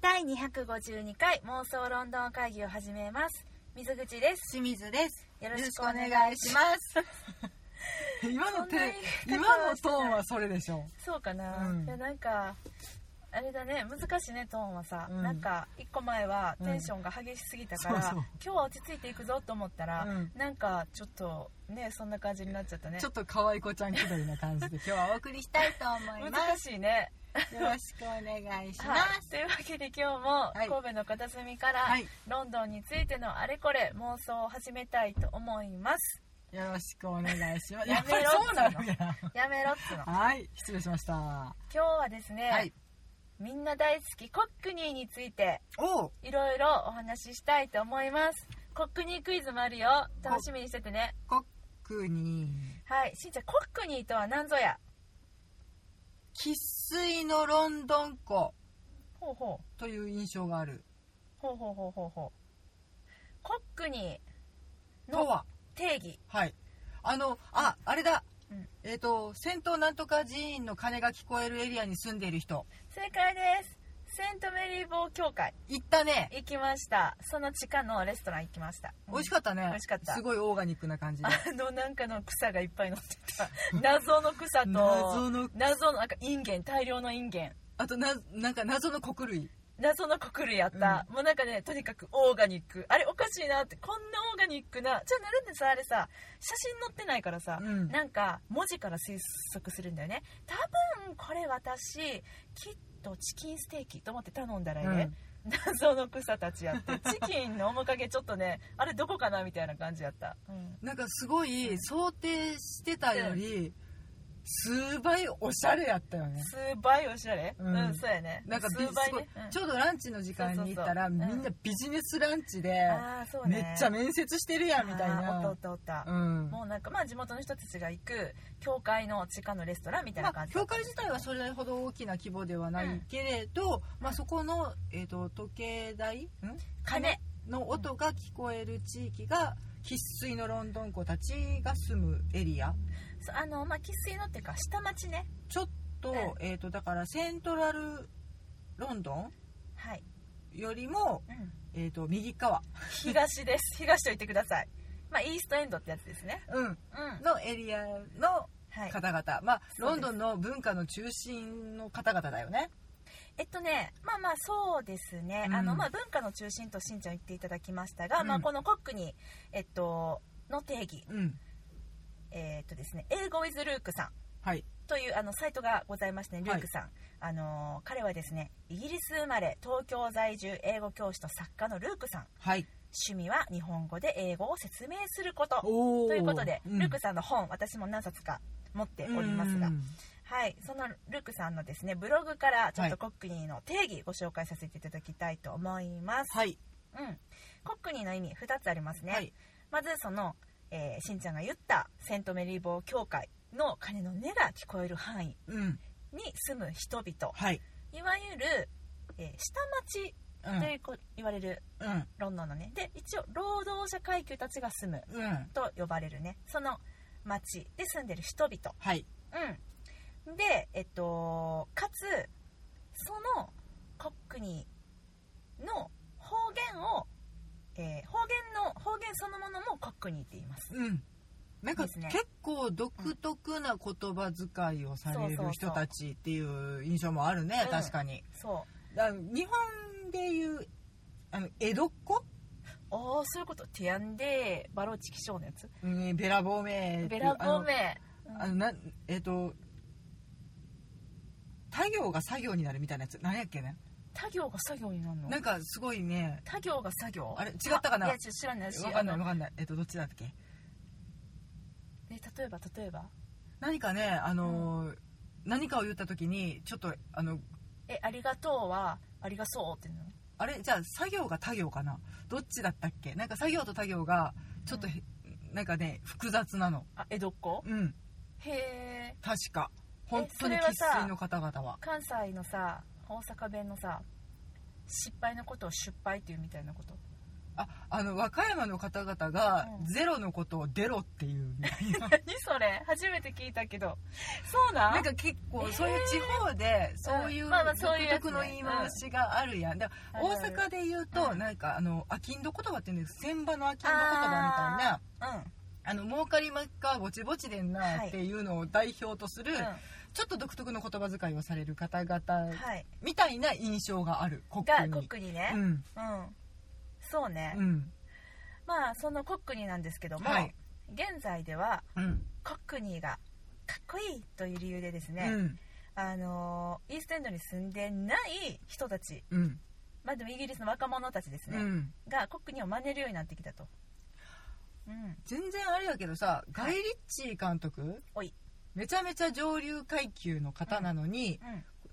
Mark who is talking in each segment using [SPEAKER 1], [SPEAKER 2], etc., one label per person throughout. [SPEAKER 1] 第252回妄想ロンドン会議を始めます水口です
[SPEAKER 2] 清水です。
[SPEAKER 1] よろしくお願いします
[SPEAKER 2] す。 今のて
[SPEAKER 1] そんな言い方
[SPEAKER 2] 今
[SPEAKER 1] は
[SPEAKER 2] の
[SPEAKER 1] して
[SPEAKER 2] ト
[SPEAKER 1] ない
[SPEAKER 2] ーンはそれでしょ。
[SPEAKER 1] そうかな、
[SPEAKER 2] うん
[SPEAKER 1] いやなんかあれだね難しいねトーンはさ、
[SPEAKER 2] うん
[SPEAKER 1] なんか一個前はテンションが激しすぎたから、
[SPEAKER 2] うんそうそう
[SPEAKER 1] 今日は落ち着いていくぞと思ったら、
[SPEAKER 2] うん
[SPEAKER 1] なんかちょっとねそんな感じになっちゃったね
[SPEAKER 2] ちょっと可愛い子ちゃん気取りな 感じで今日はお送りしたいと思いま
[SPEAKER 1] 難
[SPEAKER 2] す。
[SPEAKER 1] しいね
[SPEAKER 2] よろしくお願いしま
[SPEAKER 1] はい、
[SPEAKER 2] す。
[SPEAKER 1] というわけで今日も
[SPEAKER 2] はい
[SPEAKER 1] 神戸の片隅から、
[SPEAKER 2] はい
[SPEAKER 1] ロンドンについてのあれこれ妄想を始めたいと思います
[SPEAKER 2] よろしくお願いしま す。
[SPEAKER 1] や
[SPEAKER 2] や
[SPEAKER 1] めろ
[SPEAKER 2] っぱりそうなのや。
[SPEAKER 1] やめろっつうの
[SPEAKER 2] はい、失礼しました。は
[SPEAKER 1] 今日はですね、
[SPEAKER 2] い。
[SPEAKER 1] みんな大好きコックニーについて
[SPEAKER 2] おう
[SPEAKER 1] いろいろお話ししたいと思いますコックニークイズもあるよ楽しみにしててね
[SPEAKER 2] コックに
[SPEAKER 1] はいしんちゃんコックニーとは何ぞや
[SPEAKER 2] 生粋のロンドン子
[SPEAKER 1] ほうほう
[SPEAKER 2] という印象がある。
[SPEAKER 1] ほうほうほうほうほうコックニー
[SPEAKER 2] と
[SPEAKER 1] の
[SPEAKER 2] は。
[SPEAKER 1] 定義
[SPEAKER 2] はい。あの、あ、あれだ。
[SPEAKER 1] うん
[SPEAKER 2] えっ、と、戦闘なんとか寺院の鐘が聞こえるエリアに住んでいる人。
[SPEAKER 1] 正解ですセントメリー坊協会
[SPEAKER 2] 行ったね。
[SPEAKER 1] 行きましたその地下のレストラン行きました
[SPEAKER 2] 美味し
[SPEAKER 1] か
[SPEAKER 2] かったね。
[SPEAKER 1] 美味しかった
[SPEAKER 2] すごいオーガニックな感じで。
[SPEAKER 1] あのなんかの草がいっぱい乗ってた 謎の草と
[SPEAKER 2] 謎の
[SPEAKER 1] 謎のなんかインゲン大量のインゲン
[SPEAKER 2] あとな、なんか謎の穀類。
[SPEAKER 1] 謎の穀類やった、もうなんかねとにかくオーガニックあれおかしいなってこんなオーガニックなじゃあなるんでさあれさ写真載ってないからさ、
[SPEAKER 2] うん
[SPEAKER 1] なんか文字から推測するんだよね多分これ私きっとチキンステーキと思って頼んだらね、謎の草たちや ってチキンの面影ちょっとねあれどこかなみたいな感じやった、うん
[SPEAKER 2] なんかすごい想定してたより、数倍おしゃれやったよね。
[SPEAKER 1] 数倍おしゃれ、う
[SPEAKER 2] うんん
[SPEAKER 1] そうやね
[SPEAKER 2] なんか
[SPEAKER 1] 数
[SPEAKER 2] びす
[SPEAKER 1] 倍
[SPEAKER 2] ごい
[SPEAKER 1] ね、うん
[SPEAKER 2] ちょうどランチの時間に行ったら
[SPEAKER 1] そうそうそううん
[SPEAKER 2] みんなビジネスランチで、
[SPEAKER 1] ああそうね
[SPEAKER 2] めっちゃ面接してるやんみたい
[SPEAKER 1] あーおったお
[SPEAKER 2] な
[SPEAKER 1] っ。たおった、
[SPEAKER 2] うん。
[SPEAKER 1] もうなんかまあ地元の人たちが行く教会の地下のレストランみたいな
[SPEAKER 2] まあ
[SPEAKER 1] 感、じだ
[SPEAKER 2] 教
[SPEAKER 1] った
[SPEAKER 2] 会
[SPEAKER 1] んです
[SPEAKER 2] 自
[SPEAKER 1] けど、
[SPEAKER 2] 体はそれほど大きな規模ではな
[SPEAKER 1] うん
[SPEAKER 2] いけれど、まあ、そこの、えー、と時計台ん
[SPEAKER 1] 鐘
[SPEAKER 2] の音が聞こえる地域が生粋のロンドン子たちが住むエリア
[SPEAKER 1] そうあのまあ生粋のっていうか下町ね
[SPEAKER 2] ちょっと,、
[SPEAKER 1] うん
[SPEAKER 2] えー、とだからセントラルロンドン
[SPEAKER 1] はい、
[SPEAKER 2] よりも、
[SPEAKER 1] うん、
[SPEAKER 2] えー、と右側、
[SPEAKER 1] 東です東と言ってくださいまあイーストエンドってやつですね
[SPEAKER 2] うん、
[SPEAKER 1] うん
[SPEAKER 2] のエリアの
[SPEAKER 1] はい
[SPEAKER 2] 方々、まあ
[SPEAKER 1] そう
[SPEAKER 2] ロ
[SPEAKER 1] で
[SPEAKER 2] ン
[SPEAKER 1] す
[SPEAKER 2] ドンの文化の中心の方々だよね。
[SPEAKER 1] えっとねまあまあそうですね、
[SPEAKER 2] うん
[SPEAKER 1] あのまあ文化の中心としんちゃん言っていただきましたが、
[SPEAKER 2] うん
[SPEAKER 1] まあこのコックにえっとの定義
[SPEAKER 2] うん
[SPEAKER 1] えっとですね英語 with ルークさん
[SPEAKER 2] はい、
[SPEAKER 1] というあのサイトがございましてねル
[SPEAKER 2] はい
[SPEAKER 1] ークさん、あのー彼はですねイギリス生まれ東京在住英語教師と作家のルークさん
[SPEAKER 2] はい、
[SPEAKER 1] 趣味は日本語で英語を説明すること
[SPEAKER 2] おー
[SPEAKER 1] ということで、
[SPEAKER 2] うん
[SPEAKER 1] ルークさんの本私も何冊か持っておりますが、
[SPEAKER 2] うん
[SPEAKER 1] はい、そのルークさんのですねブログからちょっ
[SPEAKER 2] は
[SPEAKER 1] と
[SPEAKER 2] い
[SPEAKER 1] コックニーの定義ご紹介させていただきたいと思います、
[SPEAKER 2] はい、
[SPEAKER 1] うん、コックニーの意味2つありますね、
[SPEAKER 2] はい
[SPEAKER 1] まずその、えーしんちゃんが言ったセントメリー坊教会の鐘の音が聞こえる範囲
[SPEAKER 2] うん、
[SPEAKER 1] に住む人々
[SPEAKER 2] はい、
[SPEAKER 1] いわゆる、えー下町
[SPEAKER 2] う
[SPEAKER 1] と
[SPEAKER 2] ん
[SPEAKER 1] い、うこ言われる
[SPEAKER 2] うん、
[SPEAKER 1] ロンドンのねで一応労働者階級たちが住む
[SPEAKER 2] うん、
[SPEAKER 1] と呼ばれるねその町で住んでる人々
[SPEAKER 2] はい、
[SPEAKER 1] うんでえっとかつそのコックニーの方言を、えー方言の方言そのものもコックニーって言います
[SPEAKER 2] うん。なんか
[SPEAKER 1] ですね
[SPEAKER 2] 結構独特な言葉遣いをされ
[SPEAKER 1] そうそうそう
[SPEAKER 2] る人たちっていう印象もあるね、
[SPEAKER 1] うん
[SPEAKER 2] 確かに。
[SPEAKER 1] そう
[SPEAKER 2] だ日本でいう、あの、江戸っ子、
[SPEAKER 1] ああそういうことティアンデーバローチキショーのやつ
[SPEAKER 2] うん、べらぼうめ
[SPEAKER 1] ベラボーメ
[SPEAKER 2] あの、あのなえっ、と、他行が作業になるみたいなやつ。何やっけね。
[SPEAKER 1] 他行が作業になるの
[SPEAKER 2] なんかすごいね、
[SPEAKER 1] 他行が作業
[SPEAKER 2] あれ違ったかない
[SPEAKER 1] やちょ知らないし
[SPEAKER 2] わかんな
[SPEAKER 1] あ
[SPEAKER 2] い
[SPEAKER 1] の
[SPEAKER 2] わかんない。えっ、と、どっちだっけ。
[SPEAKER 1] え例えば例えば
[SPEAKER 2] 何かね、あのー何かを言った時に、ちょっと、あの、
[SPEAKER 1] えありがとうはありがそうっていうの
[SPEAKER 2] あれじゃあ作業が他行かなどっちだったっけなんか作業と他行がちょっとへ、なんかね複雑なの
[SPEAKER 1] あ江戸っ子
[SPEAKER 2] うん
[SPEAKER 1] へえ
[SPEAKER 2] 確か本当に
[SPEAKER 1] それは
[SPEAKER 2] 生
[SPEAKER 1] さ
[SPEAKER 2] 粋の方々は
[SPEAKER 1] 関西のさ大阪弁のさ失敗のことを失敗っていうみたいなこと
[SPEAKER 2] ああの和歌山の方々が
[SPEAKER 1] うん
[SPEAKER 2] ゼロのことをデロっていうみたいな
[SPEAKER 1] 何それ初めて聞いたけどそうなん
[SPEAKER 2] なんか結構そういう地方でそういううん
[SPEAKER 1] まあまあ
[SPEAKER 2] 独
[SPEAKER 1] そういうやつね
[SPEAKER 2] 特の言い回しがあるやんだから
[SPEAKER 1] うん
[SPEAKER 2] 大阪で言うと
[SPEAKER 1] うん
[SPEAKER 2] なんかあの商人言葉っていうんです千場の商人言葉みたいな
[SPEAKER 1] う
[SPEAKER 2] あの儲かりまっかぼちぼちでんなっていうのを代表とする、
[SPEAKER 1] ん、うん
[SPEAKER 2] ちょっと独特の言葉遣いをされる方々
[SPEAKER 1] はい
[SPEAKER 2] みたいな印象がある国
[SPEAKER 1] が
[SPEAKER 2] に
[SPEAKER 1] コックにね
[SPEAKER 2] う、ん
[SPEAKER 1] うんそうね、
[SPEAKER 2] うん
[SPEAKER 1] まあそのコックニーなんですけども、
[SPEAKER 2] はい
[SPEAKER 1] 現在では
[SPEAKER 2] うん
[SPEAKER 1] コックニーがかっこいいという理由でです
[SPEAKER 2] う
[SPEAKER 1] ね、
[SPEAKER 2] ん
[SPEAKER 1] あのーイーストエンドに住んでない人たち、
[SPEAKER 2] うん
[SPEAKER 1] まあ、でもイギリスの若者たちです
[SPEAKER 2] う
[SPEAKER 1] ね、
[SPEAKER 2] ん
[SPEAKER 1] がコックニーを真似るようになってきたと、うん、
[SPEAKER 2] 全然あれだけどさガイ・リッチー監督
[SPEAKER 1] おい
[SPEAKER 2] めちゃめちゃ上流階級の方なのに、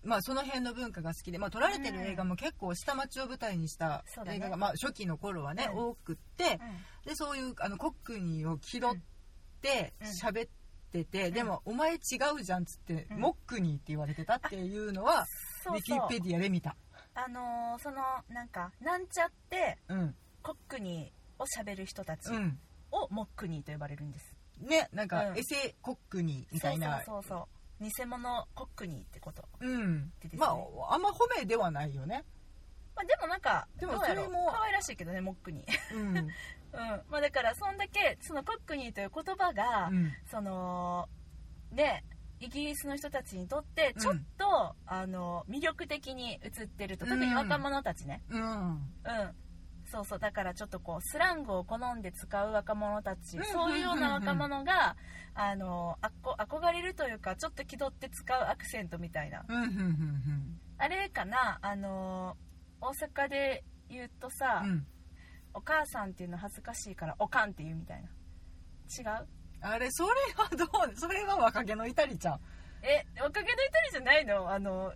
[SPEAKER 1] うん、
[SPEAKER 2] まあ、その辺の文化が好きで、まあ、撮られてる映画も結構下町を舞台にした
[SPEAKER 1] そうだね
[SPEAKER 2] 映画が、まあ、初期の頃はね、
[SPEAKER 1] うん
[SPEAKER 2] 多くって
[SPEAKER 1] うん
[SPEAKER 2] でそういうあのコックニーを気取って
[SPEAKER 1] うん
[SPEAKER 2] 喋ってて、
[SPEAKER 1] ん
[SPEAKER 2] でも「お前違うじゃん」っつって、
[SPEAKER 1] うん
[SPEAKER 2] モックニーって言われてたっていうのはウ
[SPEAKER 1] そう
[SPEAKER 2] ィキ
[SPEAKER 1] そう
[SPEAKER 2] ペディアで見た。
[SPEAKER 1] あのーそのなんかなんちゃって
[SPEAKER 2] うん
[SPEAKER 1] コックニーを喋る人たち
[SPEAKER 2] うん
[SPEAKER 1] をモックニーと呼ばれるんです、
[SPEAKER 2] ね、なんか、
[SPEAKER 1] うん
[SPEAKER 2] エセコックニーみたい
[SPEAKER 1] そうそ
[SPEAKER 2] な
[SPEAKER 1] うそうそう偽物コックニーってこと、
[SPEAKER 2] うん
[SPEAKER 1] ですね
[SPEAKER 2] まああんま褒めではないよね、
[SPEAKER 1] まあ、でもなんか
[SPEAKER 2] でも
[SPEAKER 1] どうやろ
[SPEAKER 2] そうれも
[SPEAKER 1] 可愛らしいけどねモックニー
[SPEAKER 2] うんうん
[SPEAKER 1] うんまあだからそんだけそのコックニーという言葉が、そのねイギリスの人たちにとってちょっと、あの魅力的に映ってると特に若者たちね
[SPEAKER 2] うん
[SPEAKER 1] うん、そうそうだからちょっとこうスラングを好んで使う若者たち、
[SPEAKER 2] うん
[SPEAKER 1] そういうような
[SPEAKER 2] うん
[SPEAKER 1] 若者が、あのあっこ憧れるというかちょっと気取って使うアクセントみたいな
[SPEAKER 2] うんうんうん
[SPEAKER 1] あれかなあの大阪で言うとさ、
[SPEAKER 2] うんうん
[SPEAKER 1] お母さんっていうの恥ずかしいからおかんって言うみたいな違う
[SPEAKER 2] あれそれはどうそれは若気の至りちゃん
[SPEAKER 1] え若気の至りじゃないのあの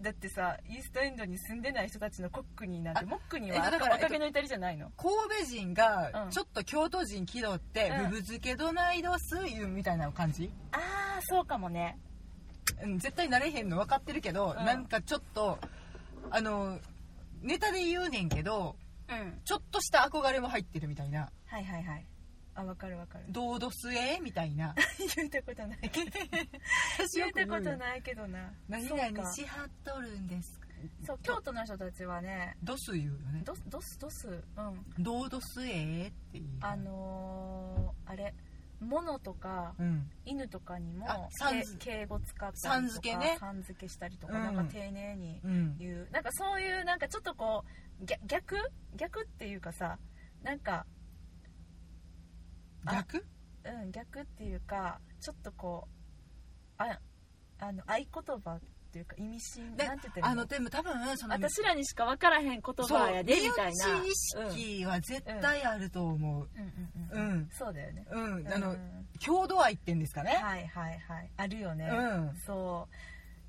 [SPEAKER 1] だってさイーストエンドに住んでない人たちのコックニーなんて
[SPEAKER 2] あ
[SPEAKER 1] モックニー
[SPEAKER 2] え
[SPEAKER 1] は
[SPEAKER 2] だから
[SPEAKER 1] 若気の至りじゃないの
[SPEAKER 2] 神戸人
[SPEAKER 1] う
[SPEAKER 2] が
[SPEAKER 1] ん
[SPEAKER 2] ちょっと京都人気取って
[SPEAKER 1] うん
[SPEAKER 2] ぶぶ漬けどないどすいうみたいな感じ、
[SPEAKER 1] ああそうかもね
[SPEAKER 2] うん、絶対なれへんの分かってるけ
[SPEAKER 1] う
[SPEAKER 2] ど、
[SPEAKER 1] ん
[SPEAKER 2] なんかちょっとあのネタで言うねんけど
[SPEAKER 1] うん
[SPEAKER 2] ちょっとした憧れも入ってるみたいな
[SPEAKER 1] はいはいはいあわかるわかる
[SPEAKER 2] どうどすえみたいな
[SPEAKER 1] 言うたことない けど
[SPEAKER 2] 私
[SPEAKER 1] 言
[SPEAKER 2] よ
[SPEAKER 1] う
[SPEAKER 2] く言
[SPEAKER 1] た
[SPEAKER 2] うよ
[SPEAKER 1] ことないけどな
[SPEAKER 2] 何
[SPEAKER 1] そうか
[SPEAKER 2] 々しはっとるんです
[SPEAKER 1] そう京都の人たちはね
[SPEAKER 2] ドス言うよね
[SPEAKER 1] ドスドスドスうん
[SPEAKER 2] どうどすえっていう
[SPEAKER 1] あのーあれ物とか
[SPEAKER 2] うん
[SPEAKER 1] 犬とかにも
[SPEAKER 2] あさん
[SPEAKER 1] け
[SPEAKER 2] づ
[SPEAKER 1] 敬語使ったりとか
[SPEAKER 2] さんづけね
[SPEAKER 1] さんづけしたりとか、
[SPEAKER 2] うん
[SPEAKER 1] なんか丁寧に
[SPEAKER 2] うん
[SPEAKER 1] 言うなんかそういうなんかちょっとこうぎゃ逆逆っていうかさなんか、あ
[SPEAKER 2] 逆
[SPEAKER 1] うん、逆っていうかちょっとこうああの合言葉っていうか意味深
[SPEAKER 2] で
[SPEAKER 1] なんて言ったらい
[SPEAKER 2] あ
[SPEAKER 1] いの
[SPEAKER 2] のでも多分その
[SPEAKER 1] 私らにしか分からへん言葉やでみたいな
[SPEAKER 2] 身内意識は絶対あると思う
[SPEAKER 1] うんうん
[SPEAKER 2] う
[SPEAKER 1] うんうん、
[SPEAKER 2] ん
[SPEAKER 1] そうだよね
[SPEAKER 2] うん、あ
[SPEAKER 1] う
[SPEAKER 2] の
[SPEAKER 1] ん
[SPEAKER 2] 郷土愛ってんですかね、
[SPEAKER 1] はいはいはいあるよね、
[SPEAKER 2] うん
[SPEAKER 1] そ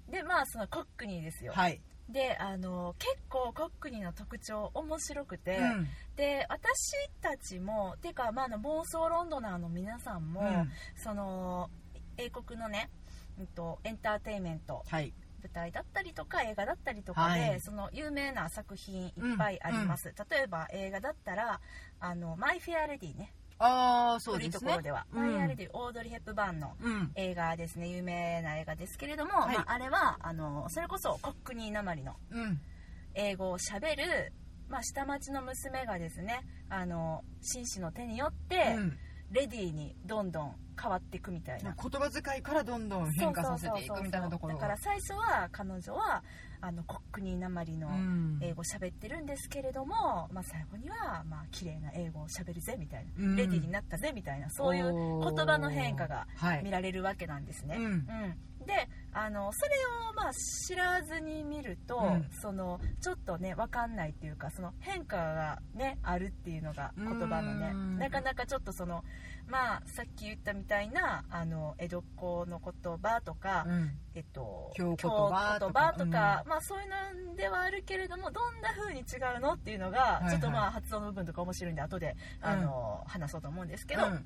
[SPEAKER 1] うでまあそのコックニーですよ、
[SPEAKER 2] はい、
[SPEAKER 1] であの結構コックニーの特徴面白くて、
[SPEAKER 2] うん
[SPEAKER 1] で私たちもていうか、まあ、あの妄想ロンドナーの皆さんも、
[SPEAKER 2] うん
[SPEAKER 1] その英国のね、うん、とエンターテインメント
[SPEAKER 2] はい
[SPEAKER 1] 舞台だったりとか映画だったりとかで、
[SPEAKER 2] はい
[SPEAKER 1] その有名な作品いっぱいあります、例えば映画だったら「あのマイ・フェア・レディね」
[SPEAKER 2] ああそ
[SPEAKER 1] 古
[SPEAKER 2] う
[SPEAKER 1] い
[SPEAKER 2] で
[SPEAKER 1] と
[SPEAKER 2] す
[SPEAKER 1] ころ
[SPEAKER 2] ね
[SPEAKER 1] では、
[SPEAKER 2] うん
[SPEAKER 1] マイ・フェア・レディオードリー・ヘップバーンの
[SPEAKER 2] うん
[SPEAKER 1] 映画ですね有名な映画ですけれども、
[SPEAKER 2] はい
[SPEAKER 1] まあ、あれはあのそれこそコックニーなまりの
[SPEAKER 2] うん
[SPEAKER 1] 英語をしゃべる、まあ、下町の娘がですねあの紳士の手によって、
[SPEAKER 2] うん
[SPEAKER 1] レディーにどんどん変わっていくみたい
[SPEAKER 2] 言
[SPEAKER 1] な。
[SPEAKER 2] 葉遣いからどんどん変化させていくみたいなところ
[SPEAKER 1] だから最初は彼女はあのコックニーなまりの
[SPEAKER 2] うん
[SPEAKER 1] 英語を喋ってるんですけれども、まあ、最後にはまあ綺麗な英語を喋るぜみたいな、
[SPEAKER 2] うん
[SPEAKER 1] レディーになったぜみたいなそういう言葉の変化が
[SPEAKER 2] はい
[SPEAKER 1] 見られるわけなんですね。
[SPEAKER 2] うん
[SPEAKER 1] うん、であのそれをまあ知らずに見ると、
[SPEAKER 2] うん
[SPEAKER 1] そのちょっとね分かんないっていうかその変化が、ね、あるっていうのが言葉のね
[SPEAKER 2] うん
[SPEAKER 1] なかなかちょっとその、まあ、さっき言ったみたいなあの江戸っ子の言葉とか、
[SPEAKER 2] うん
[SPEAKER 1] えっと、
[SPEAKER 2] 京言葉
[SPEAKER 1] 京言葉とか、まあ、そういうのではあるけれどもどんな風に違うのっていうのが、
[SPEAKER 2] いはい
[SPEAKER 1] ちょっとまあ発音の部分とか面白いんで後であの、話そうと思うんですけど、
[SPEAKER 2] うん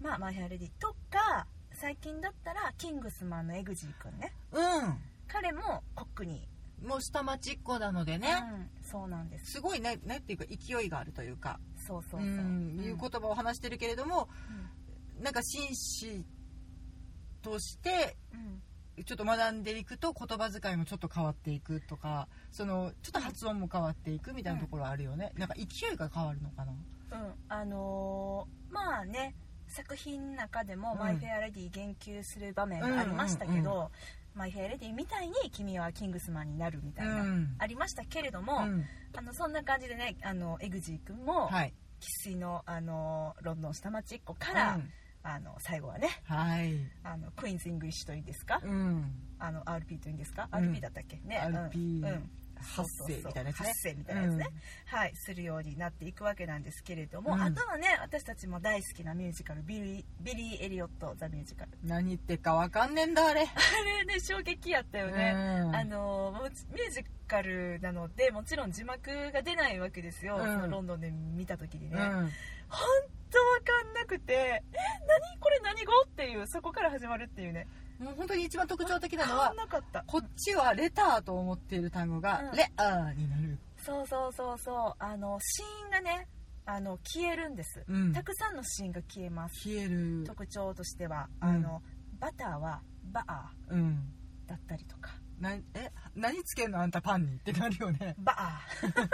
[SPEAKER 1] まあ、マイ・ハレディとか最近だったらキングスマンのエグジー君ね
[SPEAKER 2] うん
[SPEAKER 1] 彼もコックニ
[SPEAKER 2] もう下町っ子なのでね、
[SPEAKER 1] うん、そうなんです
[SPEAKER 2] すごいねねっていうか勢いがあるというか
[SPEAKER 1] そうそうそう、
[SPEAKER 2] うんいう言
[SPEAKER 1] と、
[SPEAKER 2] 葉を話してるけれどもなんか紳士として
[SPEAKER 1] うんうん
[SPEAKER 2] ちょっと学んでいくと言葉遣いもちょっと変わっていくとかそのちょっと発音も変わっていくみたいなところあるよね、なんか勢いが変わるのかな
[SPEAKER 1] うん、あのーまあね作品の中でも「
[SPEAKER 2] うん
[SPEAKER 1] マイ・フェア・レディ」言及する場面がありましたけど「
[SPEAKER 2] うんうん
[SPEAKER 1] マイ・フェア・レディ」みたいに「君はキングスマンになる」みたいな、
[SPEAKER 2] うん
[SPEAKER 1] ありましたけれども、
[SPEAKER 2] うん
[SPEAKER 1] あのそんな感じでねあのエグジー君も生
[SPEAKER 2] はい
[SPEAKER 1] 粋の、あのロンドン下町っ子から、
[SPEAKER 2] うん
[SPEAKER 1] あの最後はね
[SPEAKER 2] はい
[SPEAKER 1] あのクイーンズ・イングリッシュというんですか、
[SPEAKER 2] うん
[SPEAKER 1] あの RP というんですか、
[SPEAKER 2] うん
[SPEAKER 1] RP だったっけね
[SPEAKER 2] RP
[SPEAKER 1] うんうん
[SPEAKER 2] 発生みたいなやつね
[SPEAKER 1] 発生みたいなやつね、はいするようになっていくわけなんですけれども、
[SPEAKER 2] うん
[SPEAKER 1] あとはね私たちも大好きなミュージカルビリービリー・エリオット・ザ・ミュージカル
[SPEAKER 2] 何言ってっかわかんねえんだあれ
[SPEAKER 1] あれね衝撃やったよね、
[SPEAKER 2] うん
[SPEAKER 1] あのもうミュージカルなのでもちろん字幕が出ないわけですよ、
[SPEAKER 2] うん
[SPEAKER 1] そのロンドンで見た時にね、
[SPEAKER 2] う
[SPEAKER 1] 本
[SPEAKER 2] ん
[SPEAKER 1] 当わかんなくてえ何これ何語っていうそこから始まるっていうね
[SPEAKER 2] もう本当に一番特徴的なの
[SPEAKER 1] 変わ
[SPEAKER 2] は
[SPEAKER 1] んなかった
[SPEAKER 2] こっちはレターと思っている単語が
[SPEAKER 1] うん
[SPEAKER 2] レアーになる、
[SPEAKER 1] そうそうそうそうあのシーンがねあの消えるんです、
[SPEAKER 2] うん
[SPEAKER 1] たくさんのシーンが消えます
[SPEAKER 2] 消える
[SPEAKER 1] 特徴としては、
[SPEAKER 2] うん
[SPEAKER 1] あのバターはバア
[SPEAKER 2] うん
[SPEAKER 1] ーだったりとか
[SPEAKER 2] なえ何つけんのあんたパンにってなるよね
[SPEAKER 1] バ アー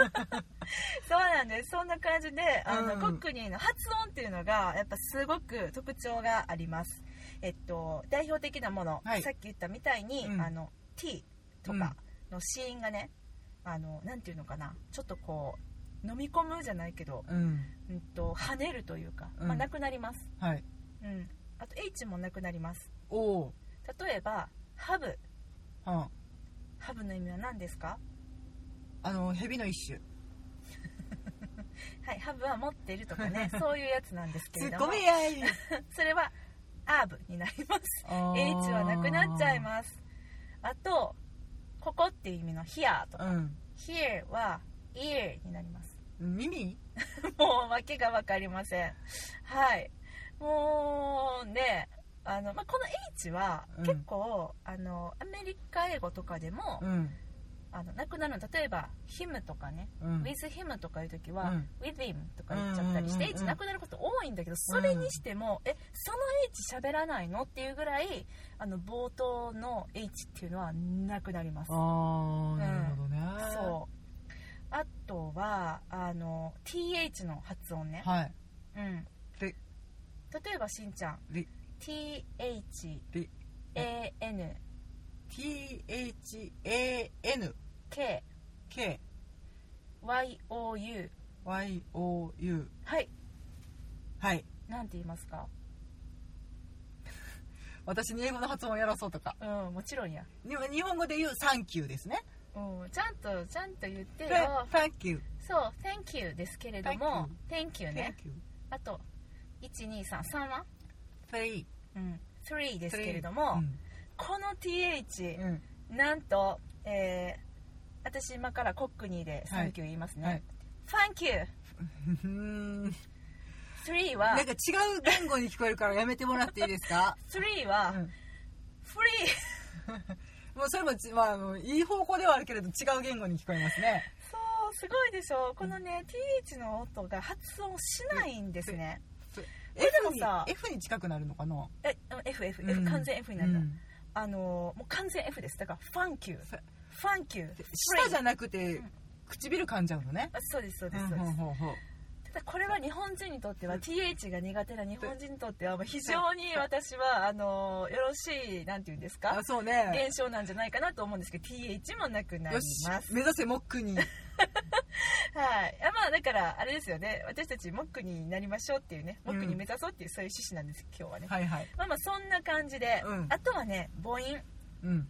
[SPEAKER 1] そうなんですそんな感じであの、
[SPEAKER 2] うん
[SPEAKER 1] コックニーの発音っていうのがやっぱすごく特徴がありますえっと代表的なもの、
[SPEAKER 2] はい
[SPEAKER 1] さっき言ったみたいに、
[SPEAKER 2] うん
[SPEAKER 1] あの T とかのシーンがね、あのなんていうのかなちょっとこう飲み込むじゃないけど
[SPEAKER 2] うん
[SPEAKER 1] うんと跳ねるというか、
[SPEAKER 2] うん
[SPEAKER 1] まあ、なくなります、
[SPEAKER 2] はい
[SPEAKER 1] うん、あと H もなくなります
[SPEAKER 2] おお
[SPEAKER 1] 例えばハブ
[SPEAKER 2] ーは
[SPEAKER 1] ハブの意味は何ですか
[SPEAKER 2] ああの蛇の一種
[SPEAKER 1] はいハブは持ってるとかねそういうやつなんですけ
[SPEAKER 2] ツ
[SPEAKER 1] れ
[SPEAKER 2] ッ
[SPEAKER 1] ど
[SPEAKER 2] コ
[SPEAKER 1] も
[SPEAKER 2] ミやい
[SPEAKER 1] それはアーブになります H はなくなっちゃいますあとここっていう意味の here と
[SPEAKER 2] う
[SPEAKER 1] か、
[SPEAKER 2] ん
[SPEAKER 1] here は ear になります
[SPEAKER 2] 耳
[SPEAKER 1] もう訳が分かりませんはいもうねあの、まあ、この H は
[SPEAKER 2] うん
[SPEAKER 1] 結構、あのアメリカ英語とかでも、
[SPEAKER 2] うん
[SPEAKER 1] あのなくなるの例えば「him」とかね
[SPEAKER 2] う
[SPEAKER 1] 「
[SPEAKER 2] ん
[SPEAKER 1] with him」とかいう時は「
[SPEAKER 2] うん
[SPEAKER 1] with him」とか言っちゃったりして、
[SPEAKER 2] うんうんうんうん
[SPEAKER 1] H なくなること多いんだけどそれにしても、えその H 喋らないのっていうぐらいあの冒頭の H っていうのはなくなります
[SPEAKER 2] ああなるほどね、
[SPEAKER 1] そうあとはあの TH の発音ね、
[SPEAKER 2] はい
[SPEAKER 1] うん、
[SPEAKER 2] で
[SPEAKER 1] 例えばしんちゃん
[SPEAKER 2] で
[SPEAKER 1] THANK
[SPEAKER 2] で THANKYOU
[SPEAKER 1] YOU はい
[SPEAKER 2] はい
[SPEAKER 1] なんて言いますか
[SPEAKER 2] 私に英語の発音をやらそうとか
[SPEAKER 1] うんもちろんや
[SPEAKER 2] に日本語で言う「サンキュー」ですね
[SPEAKER 1] うん、ちゃんとちゃんと言って
[SPEAKER 2] 「
[SPEAKER 1] よ
[SPEAKER 2] サンキュー」
[SPEAKER 1] そう「Thank you」ですけれども「Thank
[SPEAKER 2] 「
[SPEAKER 1] you ね」
[SPEAKER 2] Thank you」
[SPEAKER 1] あと1233は、
[SPEAKER 2] 「Three」
[SPEAKER 1] うん、3ですけれど
[SPEAKER 2] う
[SPEAKER 1] も、
[SPEAKER 2] ん
[SPEAKER 1] この TH
[SPEAKER 2] うん
[SPEAKER 1] なんと、えー私今からコックニーで「
[SPEAKER 2] はい
[SPEAKER 1] Thank you」言います
[SPEAKER 2] は
[SPEAKER 1] ね「
[SPEAKER 2] い
[SPEAKER 1] Thank you
[SPEAKER 2] うーん」
[SPEAKER 1] 3は
[SPEAKER 2] なんか違う言語に聞こえるからやめてもらっていいで すか
[SPEAKER 1] 3は
[SPEAKER 2] うん
[SPEAKER 1] 「フリー
[SPEAKER 2] もうそれもち、まああの、いい方向ではあるけれど違う言語に聞こえますね」
[SPEAKER 1] そうすごいでしょこのね TH の音が発音しないんですね
[SPEAKER 2] えで
[SPEAKER 1] もさ
[SPEAKER 2] F に近くなるのかな
[SPEAKER 1] え FF、
[SPEAKER 2] うん
[SPEAKER 1] F 完全 F になるの、
[SPEAKER 2] うん
[SPEAKER 1] あのーもう完全 F ですだから「Thank you」
[SPEAKER 2] ふ
[SPEAKER 1] 「Thank you」
[SPEAKER 2] で舌じゃなく
[SPEAKER 1] う
[SPEAKER 2] て
[SPEAKER 1] ん
[SPEAKER 2] 唇噛んじゃうのね
[SPEAKER 1] あそうですそうです
[SPEAKER 2] う
[SPEAKER 1] そ
[SPEAKER 2] ん
[SPEAKER 1] うです、
[SPEAKER 2] ほうほうほう
[SPEAKER 1] ただこれは日本人にとっては
[SPEAKER 2] うん
[SPEAKER 1] TH が苦手な日本人にとってはもう非常に私はあのよろしいなんて言うんですか
[SPEAKER 2] あそうね
[SPEAKER 1] 現象なんじゃないかなと思うんですけど TH もなくなりま
[SPEAKER 2] よし
[SPEAKER 1] すはい
[SPEAKER 2] 目指せモッ クに
[SPEAKER 1] あまあだからあれですよね私たちモックになりましょうっていうねモックに目指そうっていうそういう趣旨なんです今日はね、
[SPEAKER 2] はいはい、
[SPEAKER 1] まあまあそんな感じで、
[SPEAKER 2] うん
[SPEAKER 1] あとはね母音、
[SPEAKER 2] うん、
[SPEAKER 1] うん、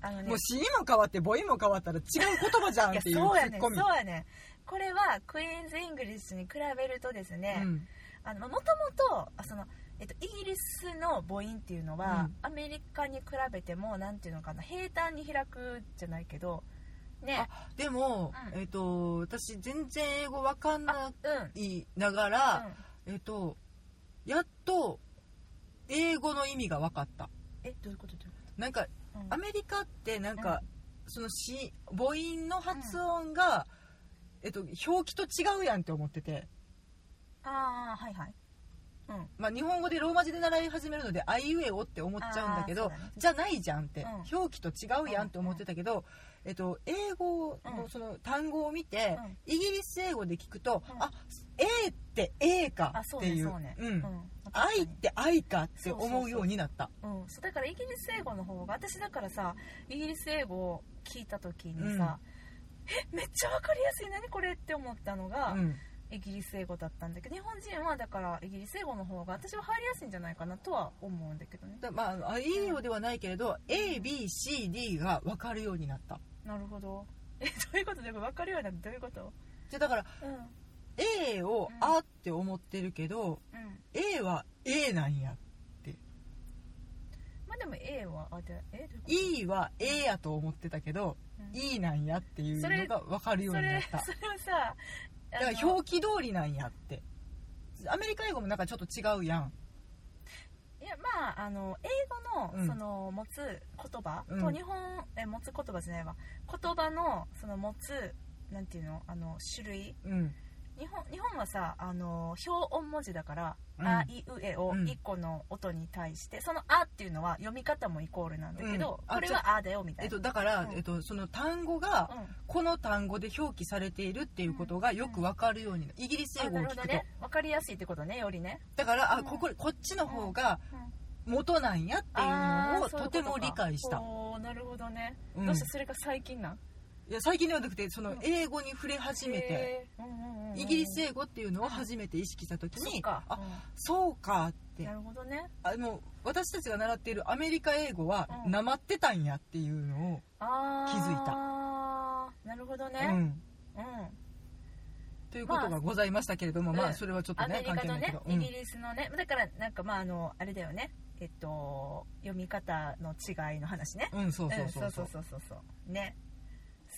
[SPEAKER 1] あのね
[SPEAKER 2] もう死因も変わって母音も変わったら違う言葉じゃん
[SPEAKER 1] いや
[SPEAKER 2] っていうツ
[SPEAKER 1] そうやねそ
[SPEAKER 2] ッコ
[SPEAKER 1] う
[SPEAKER 2] ミ
[SPEAKER 1] やねこれはクイーンズ・イングリッシュに比べるとですね、
[SPEAKER 2] うん
[SPEAKER 1] あのもともとあその、えっと、イギリスの母音っていうのは、アメリカに比べてもなんていうのかな平坦に開くじゃないけどね
[SPEAKER 2] でも、
[SPEAKER 1] うん
[SPEAKER 2] えっ、と私全然英語わかん
[SPEAKER 1] う
[SPEAKER 2] な
[SPEAKER 1] ん、うん、
[SPEAKER 2] いながら、えっと、やっと英語の意味が分かった。
[SPEAKER 1] えどういうことどういうこ
[SPEAKER 2] なんか
[SPEAKER 1] と、うん
[SPEAKER 2] アメリカってなんかそのし母音の発音が、えっと、表記と違うやんって思ってて、
[SPEAKER 1] ああはいはいうん
[SPEAKER 2] まあ、日本語でローマ字で習い始めるので「あいうえお」って思っちゃうんだけ
[SPEAKER 1] あー
[SPEAKER 2] ど
[SPEAKER 1] そうだね
[SPEAKER 2] じゃないじゃんって、
[SPEAKER 1] う
[SPEAKER 2] 表記と違うやんって思ってたけど、えっと、英語
[SPEAKER 1] う
[SPEAKER 2] の
[SPEAKER 1] ん
[SPEAKER 2] その単語を見て、
[SPEAKER 1] うん
[SPEAKER 2] イギリス英語で聞くと「
[SPEAKER 1] うん
[SPEAKER 2] あ A って「A」か
[SPEAKER 1] あそ
[SPEAKER 2] っ
[SPEAKER 1] う
[SPEAKER 2] て
[SPEAKER 1] ね
[SPEAKER 2] いう
[SPEAKER 1] そうね
[SPEAKER 2] うん「
[SPEAKER 1] 確かに
[SPEAKER 2] 愛」って「愛」かって思うようになった。
[SPEAKER 1] うん、そうだからイギリス英語の方が私だからさイギリス英語を聞いた時にさ、えめっちゃわかりやすい何これって思ったのが、
[SPEAKER 2] うん
[SPEAKER 1] イギリス英語だったんだけど日本人はだからイギリス英語の方が私は入りやすいんじゃないかなとは思うんだけどね
[SPEAKER 2] だまああ、いいようではないけれど、ABCD が分かるようになった
[SPEAKER 1] なるほどえどういうことで分かるようになってどういうこと
[SPEAKER 2] でだから
[SPEAKER 1] うん
[SPEAKER 2] A を
[SPEAKER 1] う
[SPEAKER 2] 「
[SPEAKER 1] ん
[SPEAKER 2] あ」って思ってるけど、
[SPEAKER 1] うん
[SPEAKER 2] A は「A」なんや
[SPEAKER 1] まあでも A はあでえどういうこと
[SPEAKER 2] E は「A」やと思ってたけど
[SPEAKER 1] う
[SPEAKER 2] 「
[SPEAKER 1] ん
[SPEAKER 2] E」なんやっていう
[SPEAKER 1] そ
[SPEAKER 2] の
[SPEAKER 1] れ
[SPEAKER 2] が分かるよう
[SPEAKER 1] そ
[SPEAKER 2] にな
[SPEAKER 1] れ
[SPEAKER 2] った
[SPEAKER 1] それはさ
[SPEAKER 2] だ
[SPEAKER 1] あ
[SPEAKER 2] か
[SPEAKER 1] の
[SPEAKER 2] ら表記通りなんやってアメリカ英語もなんかちょっと違うやん
[SPEAKER 1] いやまああの英語の,、
[SPEAKER 2] うん
[SPEAKER 1] その持つ言葉
[SPEAKER 2] うん
[SPEAKER 1] と日本、え持つ言葉じゃないわ言葉のその持つなんていうのあの種類
[SPEAKER 2] うん
[SPEAKER 1] 日本日本はさあの表音文字だから「
[SPEAKER 2] うん
[SPEAKER 1] あいうえ」を
[SPEAKER 2] うん
[SPEAKER 1] 1個の音に対して、その「あ」っていうのは読み方もイコールなんだけど、
[SPEAKER 2] うんあ
[SPEAKER 1] これは「あ」だよみた
[SPEAKER 2] え
[SPEAKER 1] い
[SPEAKER 2] っ
[SPEAKER 1] な、
[SPEAKER 2] と、だから、
[SPEAKER 1] うん
[SPEAKER 2] えっと、その単語が
[SPEAKER 1] うん
[SPEAKER 2] この単語で表記されているっていうことがよく分かるようになイギリス英
[SPEAKER 1] あ
[SPEAKER 2] 語を
[SPEAKER 1] なる
[SPEAKER 2] 聞
[SPEAKER 1] ほど
[SPEAKER 2] くと、
[SPEAKER 1] ね分かりやすいってことねよりね
[SPEAKER 2] だから
[SPEAKER 1] う
[SPEAKER 2] あ
[SPEAKER 1] ん
[SPEAKER 2] こここっちの方が
[SPEAKER 1] うん
[SPEAKER 2] 元なんやっていう
[SPEAKER 1] あー
[SPEAKER 2] のを
[SPEAKER 1] そういうこ
[SPEAKER 2] とて
[SPEAKER 1] か
[SPEAKER 2] も理解した、
[SPEAKER 1] おーなるほどね、
[SPEAKER 2] うん
[SPEAKER 1] どうしてそれが最近なん
[SPEAKER 2] いや最近ではなくてその
[SPEAKER 1] うん
[SPEAKER 2] 英語に触れ始めて、
[SPEAKER 1] へーうんうんうんうん
[SPEAKER 2] イギリス英語っていうのを初めて意識した時
[SPEAKER 1] そ
[SPEAKER 2] に、
[SPEAKER 1] っか
[SPEAKER 2] あ
[SPEAKER 1] うん
[SPEAKER 2] そうかって
[SPEAKER 1] なるほどね
[SPEAKER 2] あの私たちが習っているアメリカ英語は
[SPEAKER 1] うん
[SPEAKER 2] なまってたんやっていうのを、
[SPEAKER 1] あー
[SPEAKER 2] 気づい
[SPEAKER 1] なるほど
[SPEAKER 2] う
[SPEAKER 1] ね
[SPEAKER 2] ん
[SPEAKER 1] うん、
[SPEAKER 2] ということがございましたけれども、まあ
[SPEAKER 1] うん
[SPEAKER 2] それはちょっと
[SPEAKER 1] アメ
[SPEAKER 2] ね
[SPEAKER 1] リ
[SPEAKER 2] 関
[SPEAKER 1] カ
[SPEAKER 2] 係
[SPEAKER 1] と
[SPEAKER 2] ないけ
[SPEAKER 1] ね
[SPEAKER 2] ど、う
[SPEAKER 1] イ
[SPEAKER 2] ん
[SPEAKER 1] ギリスのねだからなんかまああのあれだよねえっと読み方の違いの話ね
[SPEAKER 2] うん、そうそうそううんそう
[SPEAKER 1] そうそうそうそうね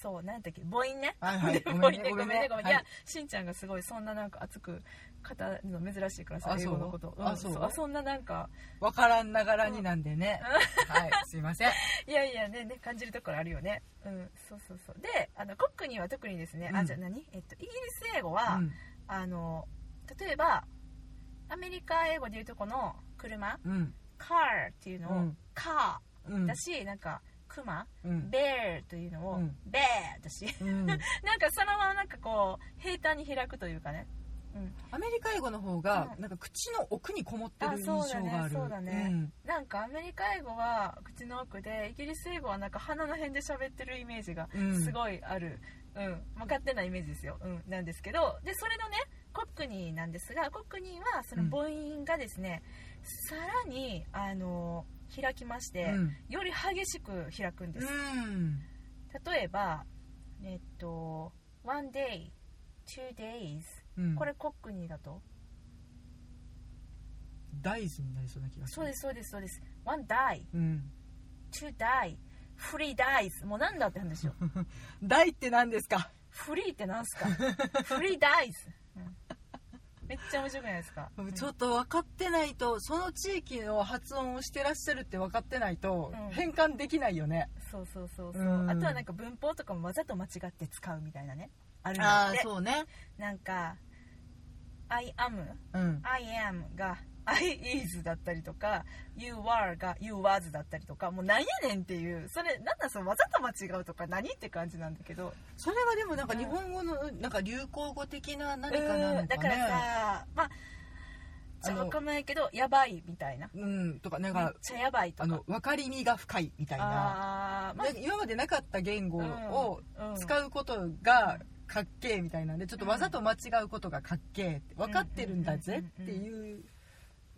[SPEAKER 1] そう何だっけ母音ね
[SPEAKER 2] は いはい
[SPEAKER 1] 母
[SPEAKER 2] ご
[SPEAKER 1] 音
[SPEAKER 2] めんね
[SPEAKER 1] ね
[SPEAKER 2] ご
[SPEAKER 1] ご
[SPEAKER 2] め
[SPEAKER 1] め
[SPEAKER 2] ん
[SPEAKER 1] ん
[SPEAKER 2] ね
[SPEAKER 1] ねごめんねい
[SPEAKER 2] は
[SPEAKER 1] や
[SPEAKER 2] い
[SPEAKER 1] しんちゃんがすごいそんななんか熱く語るの珍しいから
[SPEAKER 2] あ
[SPEAKER 1] さ英語の
[SPEAKER 2] そう
[SPEAKER 1] こと
[SPEAKER 2] あ
[SPEAKER 1] ん
[SPEAKER 2] そう
[SPEAKER 1] あそんななんか
[SPEAKER 2] わからんながらになんでね、はいすいません
[SPEAKER 1] いやいやねね感じるところあるよねうんそうそうそうであのコックには特にですね、
[SPEAKER 2] う
[SPEAKER 1] あ
[SPEAKER 2] ん
[SPEAKER 1] じゃあ何えっとイギリス英語は、
[SPEAKER 2] うん
[SPEAKER 1] あの例えばアメリカ英語でいうとこの車
[SPEAKER 2] うん
[SPEAKER 1] カーっていうの
[SPEAKER 2] う
[SPEAKER 1] を
[SPEAKER 2] ん
[SPEAKER 1] カ
[SPEAKER 2] う
[SPEAKER 1] ー
[SPEAKER 2] ん
[SPEAKER 1] だし、なんかクマ
[SPEAKER 2] うん
[SPEAKER 1] ベールというのを、
[SPEAKER 2] うん
[SPEAKER 1] ベーだし
[SPEAKER 2] うん
[SPEAKER 1] なんかそのままなんかこう平坦に開くというかね、うん、
[SPEAKER 2] アメリカ英語の方が
[SPEAKER 1] うん
[SPEAKER 2] なんか口の奥にこもってる
[SPEAKER 1] あ
[SPEAKER 2] 印
[SPEAKER 1] そうだ
[SPEAKER 2] 象
[SPEAKER 1] ね
[SPEAKER 2] がある
[SPEAKER 1] そうだねなんかアメリカ英語は口の奥でイギリス英語はなんか鼻の辺で喋ってるイメージが
[SPEAKER 2] うんうん
[SPEAKER 1] すごいある、うんまあ勝手なイメージですよ、うん、なんですけどでそれのねコックニーなんですがコックニーはその
[SPEAKER 2] うん
[SPEAKER 1] 母音がですね、さらにあの開きまして、
[SPEAKER 2] うん
[SPEAKER 1] より激しく開くんです、
[SPEAKER 2] うん
[SPEAKER 1] 例えばえっと「one day」「two days」
[SPEAKER 2] うん
[SPEAKER 1] これコックニーだと、
[SPEAKER 2] ダイスになりそうな気がする
[SPEAKER 1] そうですそうですそうです「one die」
[SPEAKER 2] うん
[SPEAKER 1] 「two die」「three dies」もうなんだって話 よ
[SPEAKER 2] 大って何ですか
[SPEAKER 1] フリーってなんすかフリーダイズ、うんめっちゃ面白くないですか、うん
[SPEAKER 2] ちょっと分かってないとその地域の発音をしてらっしゃるって分かってないと
[SPEAKER 1] うん
[SPEAKER 2] 変換できないよね、
[SPEAKER 1] そうそうそうそう、
[SPEAKER 2] うん
[SPEAKER 1] あとはなんか文法とかもわざと間違って使うみたいなねあるので
[SPEAKER 2] うね
[SPEAKER 1] なんか「I am」
[SPEAKER 2] うん
[SPEAKER 1] 「I am」が「I is」だったりとか「You are」が「You was」だったりとかもうなんやねんっていうそれなんなんそのわざと間違うとか何って感じなんだけど
[SPEAKER 2] それはでもなんか日本語のなんか流行語的な何かなのか
[SPEAKER 1] う
[SPEAKER 2] ね
[SPEAKER 1] んだからさまあちょっとわかんないけどやばいみたいな
[SPEAKER 2] うんとかなん
[SPEAKER 1] めっ
[SPEAKER 2] か
[SPEAKER 1] ちゃやばいとか
[SPEAKER 2] あの分かりみが深いみたいな
[SPEAKER 1] あーまあ
[SPEAKER 2] で今までなかった言語を
[SPEAKER 1] うん
[SPEAKER 2] 使うことがかっけえみたいなんでちょっとわざと間違うことがかっけえって分かってるんだぜっていう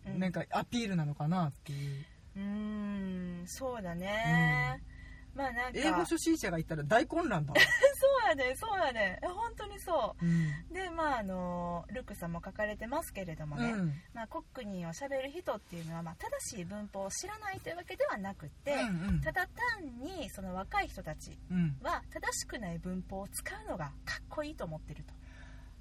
[SPEAKER 1] うん
[SPEAKER 2] なんかアピールなのかなっていう
[SPEAKER 1] うーんそうだね、まあなんか
[SPEAKER 2] 英語初心者が言ったら大混乱だわ、
[SPEAKER 1] そうやねそうやねえ本当にそ
[SPEAKER 2] うん
[SPEAKER 1] うでまああのルックさんも書かれてますけれどもね、
[SPEAKER 2] うん
[SPEAKER 1] まあ、コックニーを喋る人っていうのは、まあ、正しい文法を知らないというわけではなくて、
[SPEAKER 2] うん
[SPEAKER 1] ただ単にその若い人たち
[SPEAKER 2] うんうん
[SPEAKER 1] は正しくない文法を使うのがかっこいいと思ってると。
[SPEAKER 2] うん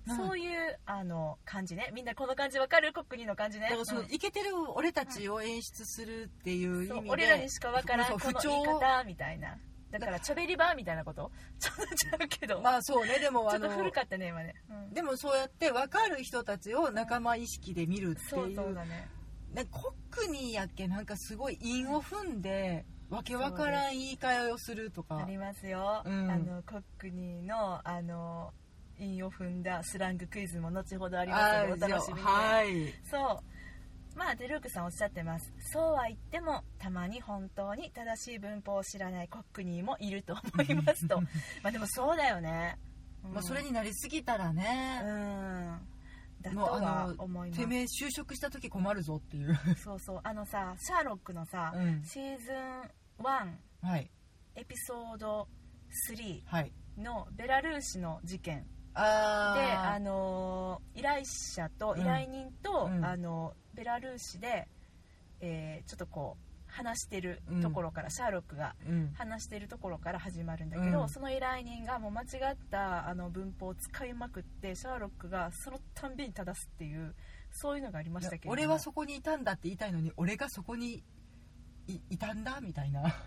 [SPEAKER 1] そういうあの感じねみんなこの感じわかるコックニーの感じね
[SPEAKER 2] だからその
[SPEAKER 1] うん
[SPEAKER 2] イケてる俺たちを演出するっていう意味
[SPEAKER 1] そう
[SPEAKER 2] で
[SPEAKER 1] 俺らにしかわからん
[SPEAKER 2] そう
[SPEAKER 1] こ
[SPEAKER 2] 不
[SPEAKER 1] の
[SPEAKER 2] 調
[SPEAKER 1] 言い
[SPEAKER 2] を
[SPEAKER 1] 方みたいなだ からチョベリバーみたいなことちょっとちゃうけど、
[SPEAKER 2] まあそうねでも
[SPEAKER 1] ちょ
[SPEAKER 2] あ
[SPEAKER 1] っと
[SPEAKER 2] の
[SPEAKER 1] 古かったね今ね、うん
[SPEAKER 2] でもそうやって分かる人たちを仲間意識で見るって
[SPEAKER 1] そ
[SPEAKER 2] いうう
[SPEAKER 1] そうだね
[SPEAKER 2] なんかコックニーやっけなんかすごい韻を踏んでわけわからん言い換えをすると
[SPEAKER 1] あ
[SPEAKER 2] か
[SPEAKER 1] りますよ、
[SPEAKER 2] うん
[SPEAKER 1] あのコックニーのあの韻を踏んだスラングクイズも後ほどありますのでお楽しみに、
[SPEAKER 2] はい
[SPEAKER 1] そうまあデルークさんおっしゃってますそうは言ってもたまに本当に正しい文法を知らないコックニーもいると思います とまあでもそうだよね、うん
[SPEAKER 2] まあ、それになりすぎたら
[SPEAKER 1] う
[SPEAKER 2] ね、
[SPEAKER 1] んだと
[SPEAKER 2] もうあ
[SPEAKER 1] は
[SPEAKER 2] の
[SPEAKER 1] 思います
[SPEAKER 2] てめえ就職した時困るぞっていう、
[SPEAKER 1] そうそうあのさシャーロックのさ、
[SPEAKER 2] うん
[SPEAKER 1] シーズン1
[SPEAKER 2] はい
[SPEAKER 1] エピソード3
[SPEAKER 2] はい
[SPEAKER 1] のベラルーシの事件で
[SPEAKER 2] あー
[SPEAKER 1] あのー依頼者と
[SPEAKER 2] うん
[SPEAKER 1] 依頼人と、
[SPEAKER 2] うん
[SPEAKER 1] あのベラルーシで、えーちょっとこう話してるところから、シャーロックが
[SPEAKER 2] うん
[SPEAKER 1] 話してるところから始まるんだけど、
[SPEAKER 2] うん
[SPEAKER 1] その依頼人がもう間違ったあの文法を使いまくってシャーロックがそのたんびに正すっていうそういうのがありましたけれども
[SPEAKER 2] 俺はそこにいたんだって言いたいのに俺がそこにいいたんだみ たいななんか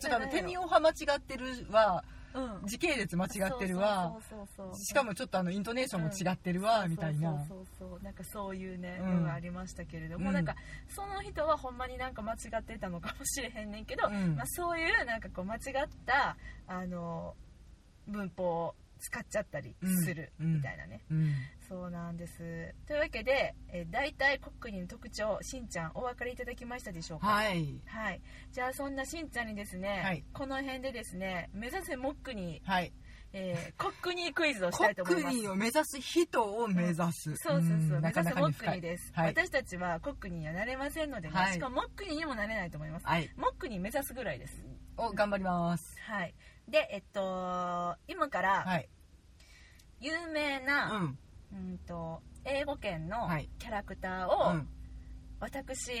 [SPEAKER 2] ちょっとあ
[SPEAKER 1] な
[SPEAKER 2] の
[SPEAKER 1] んだろう
[SPEAKER 2] 手におは間違ってるわ
[SPEAKER 1] うん
[SPEAKER 2] 時系列間違ってるわ
[SPEAKER 1] そうそうそうそう
[SPEAKER 2] しかもちょっとあのイントネーションも違ってるわみたいな
[SPEAKER 1] そうそうそうそうなんかそういうね、
[SPEAKER 2] うん
[SPEAKER 1] のがありましたけれども、
[SPEAKER 2] うん
[SPEAKER 1] なんかその人はほんまになんか間違ってたのかもしれへんねんけど、
[SPEAKER 2] うん
[SPEAKER 1] まあ、そういうなんかこう間違ったあの文法を使っちゃったりする
[SPEAKER 2] うん
[SPEAKER 1] みたいなね、
[SPEAKER 2] うん
[SPEAKER 1] そうなんですというわけで、えー、大体コックニーの特徴しんちゃんお分かりいただきましたでしょうか
[SPEAKER 2] はい
[SPEAKER 1] はい、じゃあそんなしんちゃんにですね、
[SPEAKER 2] はい
[SPEAKER 1] この辺でですね目指せモックに、
[SPEAKER 2] はい
[SPEAKER 1] えーコックニークイズをし
[SPEAKER 2] コ
[SPEAKER 1] たいと
[SPEAKER 2] ッ
[SPEAKER 1] 思
[SPEAKER 2] ク
[SPEAKER 1] います
[SPEAKER 2] ニーを目指す人を目指す、
[SPEAKER 1] そうそうそう、
[SPEAKER 2] ん
[SPEAKER 1] 目
[SPEAKER 2] な
[SPEAKER 1] 指
[SPEAKER 2] か
[SPEAKER 1] せ
[SPEAKER 2] なか
[SPEAKER 1] モ
[SPEAKER 2] に
[SPEAKER 1] ック
[SPEAKER 2] 深
[SPEAKER 1] ニー
[SPEAKER 2] い
[SPEAKER 1] です、
[SPEAKER 2] はい、
[SPEAKER 1] 私たちはコックニーにはなれませんのでね、
[SPEAKER 2] はい
[SPEAKER 1] しかもモックニーにもなれないと思います、
[SPEAKER 2] はい、
[SPEAKER 1] モックニー目指すぐらいです
[SPEAKER 2] お頑張ります
[SPEAKER 1] はいでえっと今から
[SPEAKER 2] はい
[SPEAKER 1] 有名
[SPEAKER 2] う
[SPEAKER 1] な、
[SPEAKER 2] ん
[SPEAKER 1] うん、と英語圏の
[SPEAKER 2] はい
[SPEAKER 1] キャラクター
[SPEAKER 2] う
[SPEAKER 1] を、
[SPEAKER 2] ん
[SPEAKER 1] 私、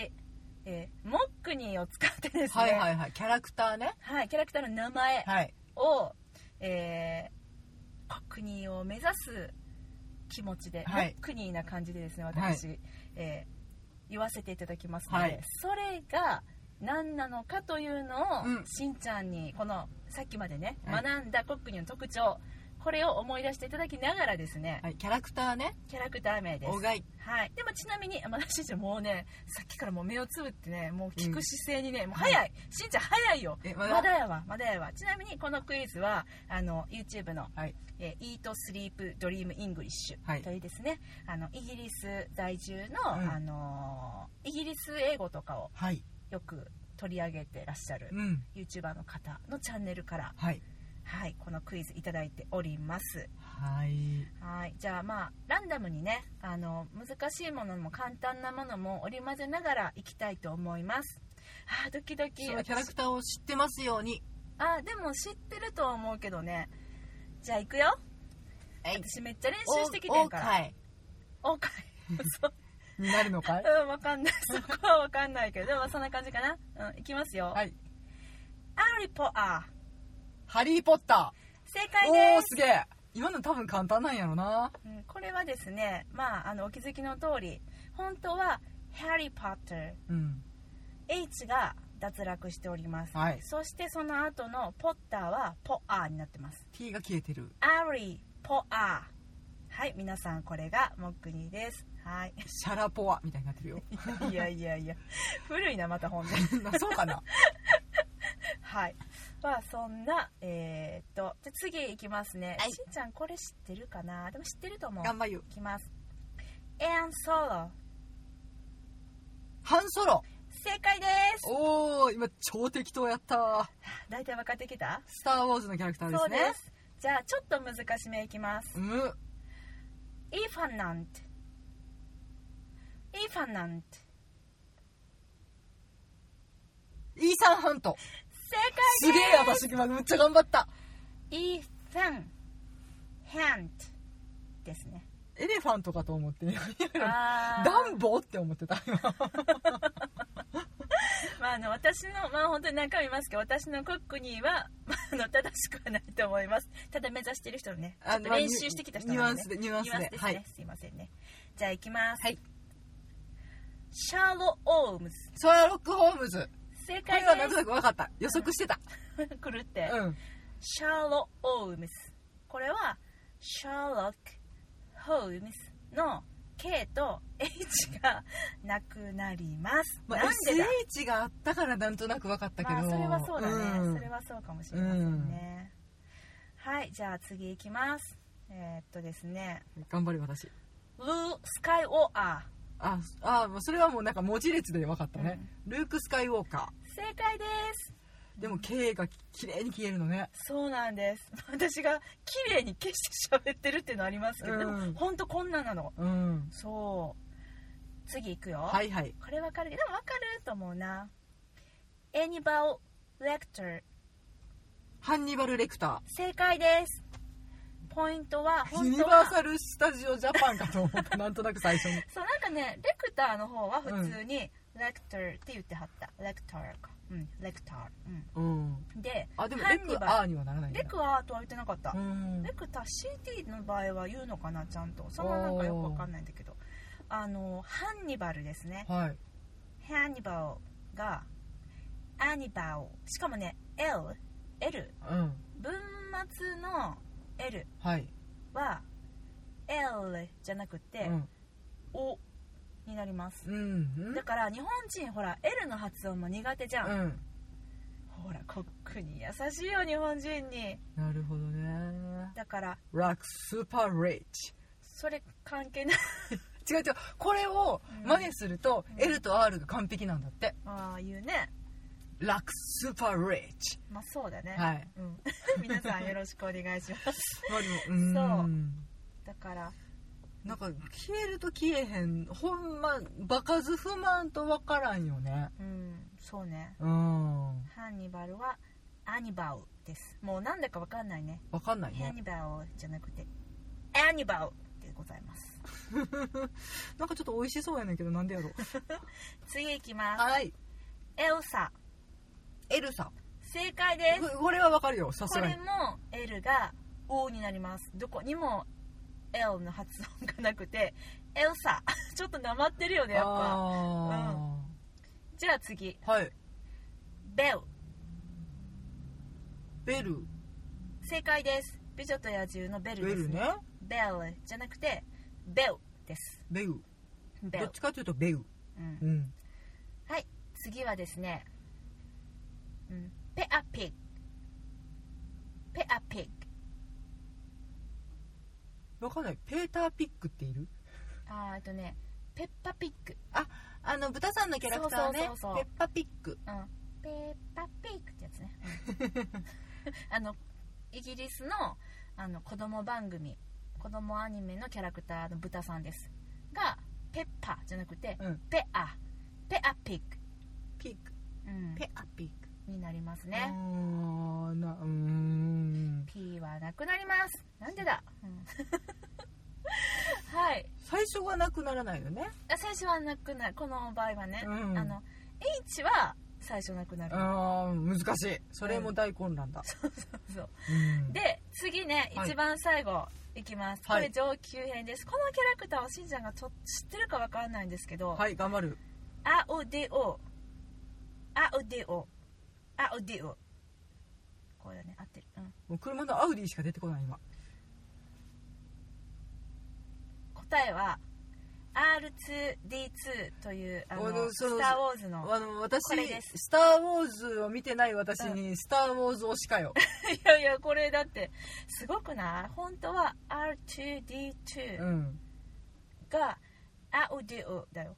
[SPEAKER 1] えーモックニーを使ってですね、
[SPEAKER 2] はいはいいはいキャラクターね
[SPEAKER 1] はいキャラクターの名前
[SPEAKER 2] はい
[SPEAKER 1] を、えーコックニーを目指す気持ちで、
[SPEAKER 2] はい
[SPEAKER 1] モックニーな感じでですね私、えー言わせていただきますので、
[SPEAKER 2] はい
[SPEAKER 1] それが何なのかというのを、
[SPEAKER 2] うん
[SPEAKER 1] しんちゃんにこのさっきまでね、
[SPEAKER 2] はい
[SPEAKER 1] 学んだコックニーの特徴これを思い出していただきながらですね、
[SPEAKER 2] はいキャラクターね
[SPEAKER 1] キャラクター名です
[SPEAKER 2] おがい
[SPEAKER 1] はい、でもちなみに山田しんちゃんもうねさっきからもう目をつぶってねもう聞
[SPEAKER 2] う
[SPEAKER 1] く
[SPEAKER 2] ん
[SPEAKER 1] 姿勢にね、もう早いしんちゃん早いよ
[SPEAKER 2] え
[SPEAKER 1] ま
[SPEAKER 2] ま
[SPEAKER 1] だ
[SPEAKER 2] だ
[SPEAKER 1] やわまだやわちなみにこのクイズはあの YouTube の
[SPEAKER 2] はい
[SPEAKER 1] 「えー Eat Sleep Dream English
[SPEAKER 2] はい」
[SPEAKER 1] というですね、あのイギリス在住の、
[SPEAKER 2] うん
[SPEAKER 1] あのーイギリス英語とかを
[SPEAKER 2] はい
[SPEAKER 1] よく取り上げてらっしゃる
[SPEAKER 2] うん
[SPEAKER 1] YouTuber の方のチャンネルから、
[SPEAKER 2] はい
[SPEAKER 1] はい、このクイズいただいております
[SPEAKER 2] はい
[SPEAKER 1] はいじゃあまあランダムにねあの難しいものも簡単なものも織り交ぜながらいきたいと思いますあードキドキ
[SPEAKER 2] そのキャラクターを知ってますように
[SPEAKER 1] あーでも知ってるとは思うけどねじゃあ行くよ
[SPEAKER 2] はい
[SPEAKER 1] 私めっちゃ練習してきて
[SPEAKER 2] お
[SPEAKER 1] ん
[SPEAKER 2] お
[SPEAKER 1] から
[SPEAKER 2] かい
[SPEAKER 1] おかい そう
[SPEAKER 2] になるのかい
[SPEAKER 1] うんわかんないそこはわかんないけどでもそんな感じかなうんいきますよ、
[SPEAKER 2] はい
[SPEAKER 1] アリポア
[SPEAKER 2] ハリー・ポッタ
[SPEAKER 1] 正
[SPEAKER 2] ー
[SPEAKER 1] 解
[SPEAKER 2] お
[SPEAKER 1] で
[SPEAKER 2] おすげえ今の多分簡単なんやろな
[SPEAKER 1] す、うん、これはですねまああのお気づきの通り本当は「ハリー・ポッター
[SPEAKER 2] うん
[SPEAKER 1] H が脱落しております、
[SPEAKER 2] はい
[SPEAKER 1] そしてその後の「ポッター」は「ポアー」になってます
[SPEAKER 2] T が消えてる
[SPEAKER 1] アリポアーはい皆さんこれがモックニーですはい
[SPEAKER 2] シャラポワみたいになってるよ
[SPEAKER 1] いやいやいや古いなまた本で
[SPEAKER 2] そうかな
[SPEAKER 1] はい。まあそんなえー、っとじゃあ次いきますね。
[SPEAKER 2] はい
[SPEAKER 1] しんちゃんこれ知ってるかな。でも知ってると思う。
[SPEAKER 2] 頑張るよ
[SPEAKER 1] いきます。エアンソロ
[SPEAKER 2] ハンソロ
[SPEAKER 1] 正解で
[SPEAKER 2] おお今超適当やった
[SPEAKER 1] す。大体分かってきた。
[SPEAKER 2] スター・ウォーズのキャラクターで
[SPEAKER 1] そ
[SPEAKER 2] す
[SPEAKER 1] うで
[SPEAKER 2] ね
[SPEAKER 1] す。じゃあちょっと難しめいきます。
[SPEAKER 2] うん
[SPEAKER 1] イーファナント。イーファナント。
[SPEAKER 2] イーサン・ハン
[SPEAKER 1] 正
[SPEAKER 2] トす
[SPEAKER 1] 解
[SPEAKER 2] げ
[SPEAKER 1] で
[SPEAKER 2] え私今めっちゃ頑張った
[SPEAKER 1] す。イーファンハントですね。
[SPEAKER 2] エレファントかと思って
[SPEAKER 1] あー
[SPEAKER 2] ダンボって思ってた今
[SPEAKER 1] まあ、あの私の、まあ、本当に何回も言いますけど私のコックニーは、 まあ、あの正しくはないと思いますただ目指してる人のねちょっと
[SPEAKER 2] まあ
[SPEAKER 1] 練習してきた人
[SPEAKER 2] ニュア
[SPEAKER 1] なので、
[SPEAKER 2] ンス
[SPEAKER 1] ね、
[SPEAKER 2] でニュアンス
[SPEAKER 1] ニュアンス
[SPEAKER 2] で
[SPEAKER 1] です
[SPEAKER 2] は
[SPEAKER 1] ね、
[SPEAKER 2] い
[SPEAKER 1] すいませんねじゃあ行きます、
[SPEAKER 2] はい
[SPEAKER 1] シャーロ・オームズ
[SPEAKER 2] ソアロック・ホームズ
[SPEAKER 1] 正
[SPEAKER 2] こ
[SPEAKER 1] 解
[SPEAKER 2] れ
[SPEAKER 1] で
[SPEAKER 2] はなんとなく分かった予測してた
[SPEAKER 1] す来るって、
[SPEAKER 2] うん
[SPEAKER 1] シャーロック・ホームスこれはシャーロック・ホームスの K と H がなくなります、
[SPEAKER 2] まあ
[SPEAKER 1] なんでだ
[SPEAKER 2] SH があったからなんとなく分かったけ
[SPEAKER 1] まあ、
[SPEAKER 2] ど、
[SPEAKER 1] それはそうだね、
[SPEAKER 2] ん
[SPEAKER 1] それはそうかもしれませんね、はいじゃあ次いきますえーっとですね
[SPEAKER 2] 頑張れ私
[SPEAKER 1] ルー・スカイ・ウォーア
[SPEAKER 2] ああもうそれはもうなんか文字列で分かった
[SPEAKER 1] ー、
[SPEAKER 2] ね、ルーク・スカイウォーカ
[SPEAKER 1] 正解です
[SPEAKER 2] ーでも K が綺麗に消えるのね
[SPEAKER 1] そうなんです私が綺麗に消して喋ってるっていうのありますけど、で
[SPEAKER 2] うん
[SPEAKER 1] もほんとこんなんなの
[SPEAKER 2] うん
[SPEAKER 1] そう次いくよ、
[SPEAKER 2] はいはい
[SPEAKER 1] これわかるけどでもわかると思うなエニバオ・レクター
[SPEAKER 2] ハンニバル・レクタ
[SPEAKER 1] 正解ですポイントは
[SPEAKER 2] ー
[SPEAKER 1] 本
[SPEAKER 2] ユニ
[SPEAKER 1] 当
[SPEAKER 2] バ
[SPEAKER 1] は
[SPEAKER 2] ーサル・スタジオ・ジャパンかと思ったなんとなく最初に
[SPEAKER 1] そうなんかねレクターの方は普通にレクターって言ってはったレクターかうんレクター
[SPEAKER 2] うん
[SPEAKER 1] うんで
[SPEAKER 2] あでも
[SPEAKER 1] ハ
[SPEAKER 2] レ
[SPEAKER 1] ンニバ
[SPEAKER 2] ク
[SPEAKER 1] ル
[SPEAKER 2] アーにはならないんだ
[SPEAKER 1] レクアーとは言ってなかった、
[SPEAKER 2] うん
[SPEAKER 1] レクター CT の場合は言うのかなちゃんとそんななんかよくわかんないんだけどあのハンニバルですね
[SPEAKER 2] はい
[SPEAKER 1] ハンニバルがアニバルしかもね L L
[SPEAKER 2] うん
[SPEAKER 1] 文末の L
[SPEAKER 2] はい、
[SPEAKER 1] は L じゃなくて、
[SPEAKER 2] うん
[SPEAKER 1] おになります
[SPEAKER 2] うん
[SPEAKER 1] だから日本人ほら L の発音も苦手じゃん、
[SPEAKER 2] うん
[SPEAKER 1] ほらコックに優しいよ日本人に
[SPEAKER 2] なるほどね
[SPEAKER 1] だから
[SPEAKER 2] ラックスーパーレッチ
[SPEAKER 1] それ関係ない
[SPEAKER 2] 違う違うこれを
[SPEAKER 1] うん
[SPEAKER 2] 真似すると、
[SPEAKER 1] うん
[SPEAKER 2] L と R が完璧なんだって
[SPEAKER 1] ああいうね
[SPEAKER 2] ラックスーパーレッチ
[SPEAKER 1] まあそうだね、
[SPEAKER 2] はい
[SPEAKER 1] うん 皆さんよろしくお願いします
[SPEAKER 2] まあでもうん
[SPEAKER 1] だから
[SPEAKER 2] なんか消えると消えへんほんま場数不満と分からんよね
[SPEAKER 1] うんそうね
[SPEAKER 2] うん
[SPEAKER 1] ハンニバルはアニバウですもうなんだかわかんないね
[SPEAKER 2] 分かんない
[SPEAKER 1] ハ
[SPEAKER 2] ね
[SPEAKER 1] ンニバウじゃなくてアニバウでございます
[SPEAKER 2] なんかちょっと美味しそうやねんけどなんで やろう
[SPEAKER 1] 次いきます
[SPEAKER 2] はい
[SPEAKER 1] エルサ
[SPEAKER 2] エルサ
[SPEAKER 1] 正解です
[SPEAKER 2] ここれは分かるよさす
[SPEAKER 1] こ
[SPEAKER 2] が
[SPEAKER 1] れ
[SPEAKER 2] に
[SPEAKER 1] も L が O になりますどこにも L の発音がなくてエルサ ちょっとなまってるよねやっぱ
[SPEAKER 2] あ
[SPEAKER 1] じゃあ次
[SPEAKER 2] ーはい
[SPEAKER 1] ベウ
[SPEAKER 2] ベル
[SPEAKER 1] 正解です美女と野獣のベル
[SPEAKER 2] ベ
[SPEAKER 1] です
[SPEAKER 2] ルね
[SPEAKER 1] ベルじゃなくてベウです
[SPEAKER 2] ベウ
[SPEAKER 1] ベ
[SPEAKER 2] どっ
[SPEAKER 1] ウ、
[SPEAKER 2] ちかというとベ
[SPEAKER 1] う
[SPEAKER 2] ウ
[SPEAKER 1] ん
[SPEAKER 2] うん
[SPEAKER 1] はい次はですね、うん、ペアピッグペアピッグ
[SPEAKER 2] 分かんないペーターピックっている
[SPEAKER 1] あーえっとねペッパピッグ
[SPEAKER 2] あの豚さんのキ
[SPEAKER 1] ャラクターねペッ
[SPEAKER 2] パピック
[SPEAKER 1] うん、ペーパーピークってやつね あのイギリスのあの子供番組子供アニメのキャラクターの豚さんですがペッパーじゃなくて、
[SPEAKER 2] うん
[SPEAKER 1] ペアペアピー
[SPEAKER 2] ピック
[SPEAKER 1] ク、うん、
[SPEAKER 2] アピッ
[SPEAKER 1] になります
[SPEAKER 2] ク
[SPEAKER 1] ね、
[SPEAKER 2] あーなうーん
[SPEAKER 1] P はなくなりますなんでだ、うん はい
[SPEAKER 2] 最初はなくならないよね
[SPEAKER 1] あ最初はなくなるこの場合はね、
[SPEAKER 2] うん
[SPEAKER 1] あの H は最初なくなる、
[SPEAKER 2] あー難しいそれも大混乱だ、
[SPEAKER 1] そう
[SPEAKER 2] うん
[SPEAKER 1] で次ね、
[SPEAKER 2] はい
[SPEAKER 1] 一番最後いきますこ
[SPEAKER 2] はい
[SPEAKER 1] れ上級編です、このキャラクターをしんちゃんがちょ知ってるかわかんないんですけど、
[SPEAKER 2] はい頑張る
[SPEAKER 1] アオデオアオデオアオデオこれだね合ってるうん
[SPEAKER 2] もう車のアウディしか出てこない今
[SPEAKER 1] 答えは R2D2 というあの
[SPEAKER 2] あのそ
[SPEAKER 1] ス
[SPEAKER 2] の
[SPEAKER 1] ター・ウォーズの
[SPEAKER 2] あの私
[SPEAKER 1] これです
[SPEAKER 2] スター・ウォーズ」を見てない私に「スター・ウォーズ」推しかよ
[SPEAKER 1] いやいやこれだってすごくない本当は R2D2
[SPEAKER 2] うん
[SPEAKER 1] がアオデオだよ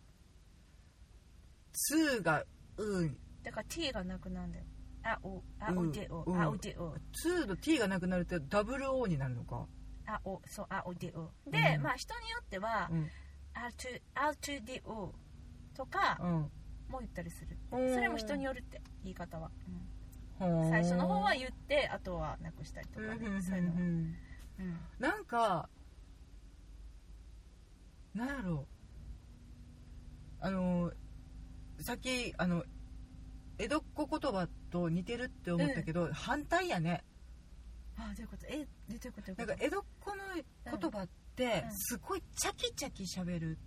[SPEAKER 2] 2が「うん
[SPEAKER 1] だから T がなくなるんだよアオア
[SPEAKER 2] う
[SPEAKER 1] オ
[SPEAKER 2] ん
[SPEAKER 1] デオ
[SPEAKER 2] うん
[SPEAKER 1] アオデオ」
[SPEAKER 2] 2の「T」がなくなるとダブル O になるのか、
[SPEAKER 1] あおそうあおでおで、
[SPEAKER 2] うん
[SPEAKER 1] まあ人によっては
[SPEAKER 2] うん
[SPEAKER 1] あとあとでおとか
[SPEAKER 2] うん、
[SPEAKER 1] も言ったりする
[SPEAKER 2] そ
[SPEAKER 1] それも人によるって言い方は、うん最初の方は言ってあとはなくしたりとかねそういうのは、うん、
[SPEAKER 2] なんかなんやろうあのさっきあの江戸っ子言葉と似てるって思ったけど、反対やね
[SPEAKER 1] あどういうことえどういうことどういう
[SPEAKER 2] な
[SPEAKER 1] こと
[SPEAKER 2] んか江戸っ子の言葉って
[SPEAKER 1] うん
[SPEAKER 2] すごいチャキチャキしゃべる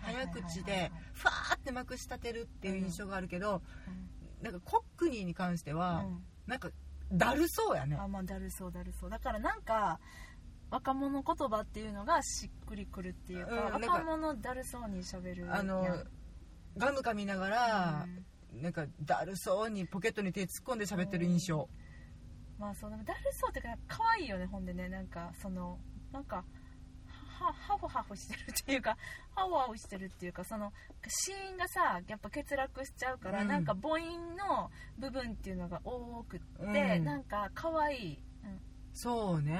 [SPEAKER 1] はい
[SPEAKER 2] 早
[SPEAKER 1] はいはいはい
[SPEAKER 2] 口でふわーってまくし立てるっていう印象があるけど、
[SPEAKER 1] うん
[SPEAKER 2] なんかコックニーに関しては、なんかだるそうや
[SPEAKER 1] う
[SPEAKER 2] ね
[SPEAKER 1] ん、あまあだるそうだるそうだからなんか若者言葉っていうのがしっくりくるっていうか,、
[SPEAKER 2] うんなんか
[SPEAKER 1] 若者だるそうにしゃべる
[SPEAKER 2] あの
[SPEAKER 1] やん
[SPEAKER 2] ガム噛みながら
[SPEAKER 1] う、ん
[SPEAKER 2] なんかだるそうにポケットに手突っ込んで喋ってる印象、
[SPEAKER 1] まあそうでもだるそうっていうか可愛いよねほんでねなんかそのなんかははハフハフしてるっていうか ハフハフしてるっていうかその子音がさやっぱ欠落しちゃうから、
[SPEAKER 2] うん
[SPEAKER 1] なんか母音の部分っていうのが多くって、
[SPEAKER 2] うん
[SPEAKER 1] なんか可愛い、うん、
[SPEAKER 2] そうね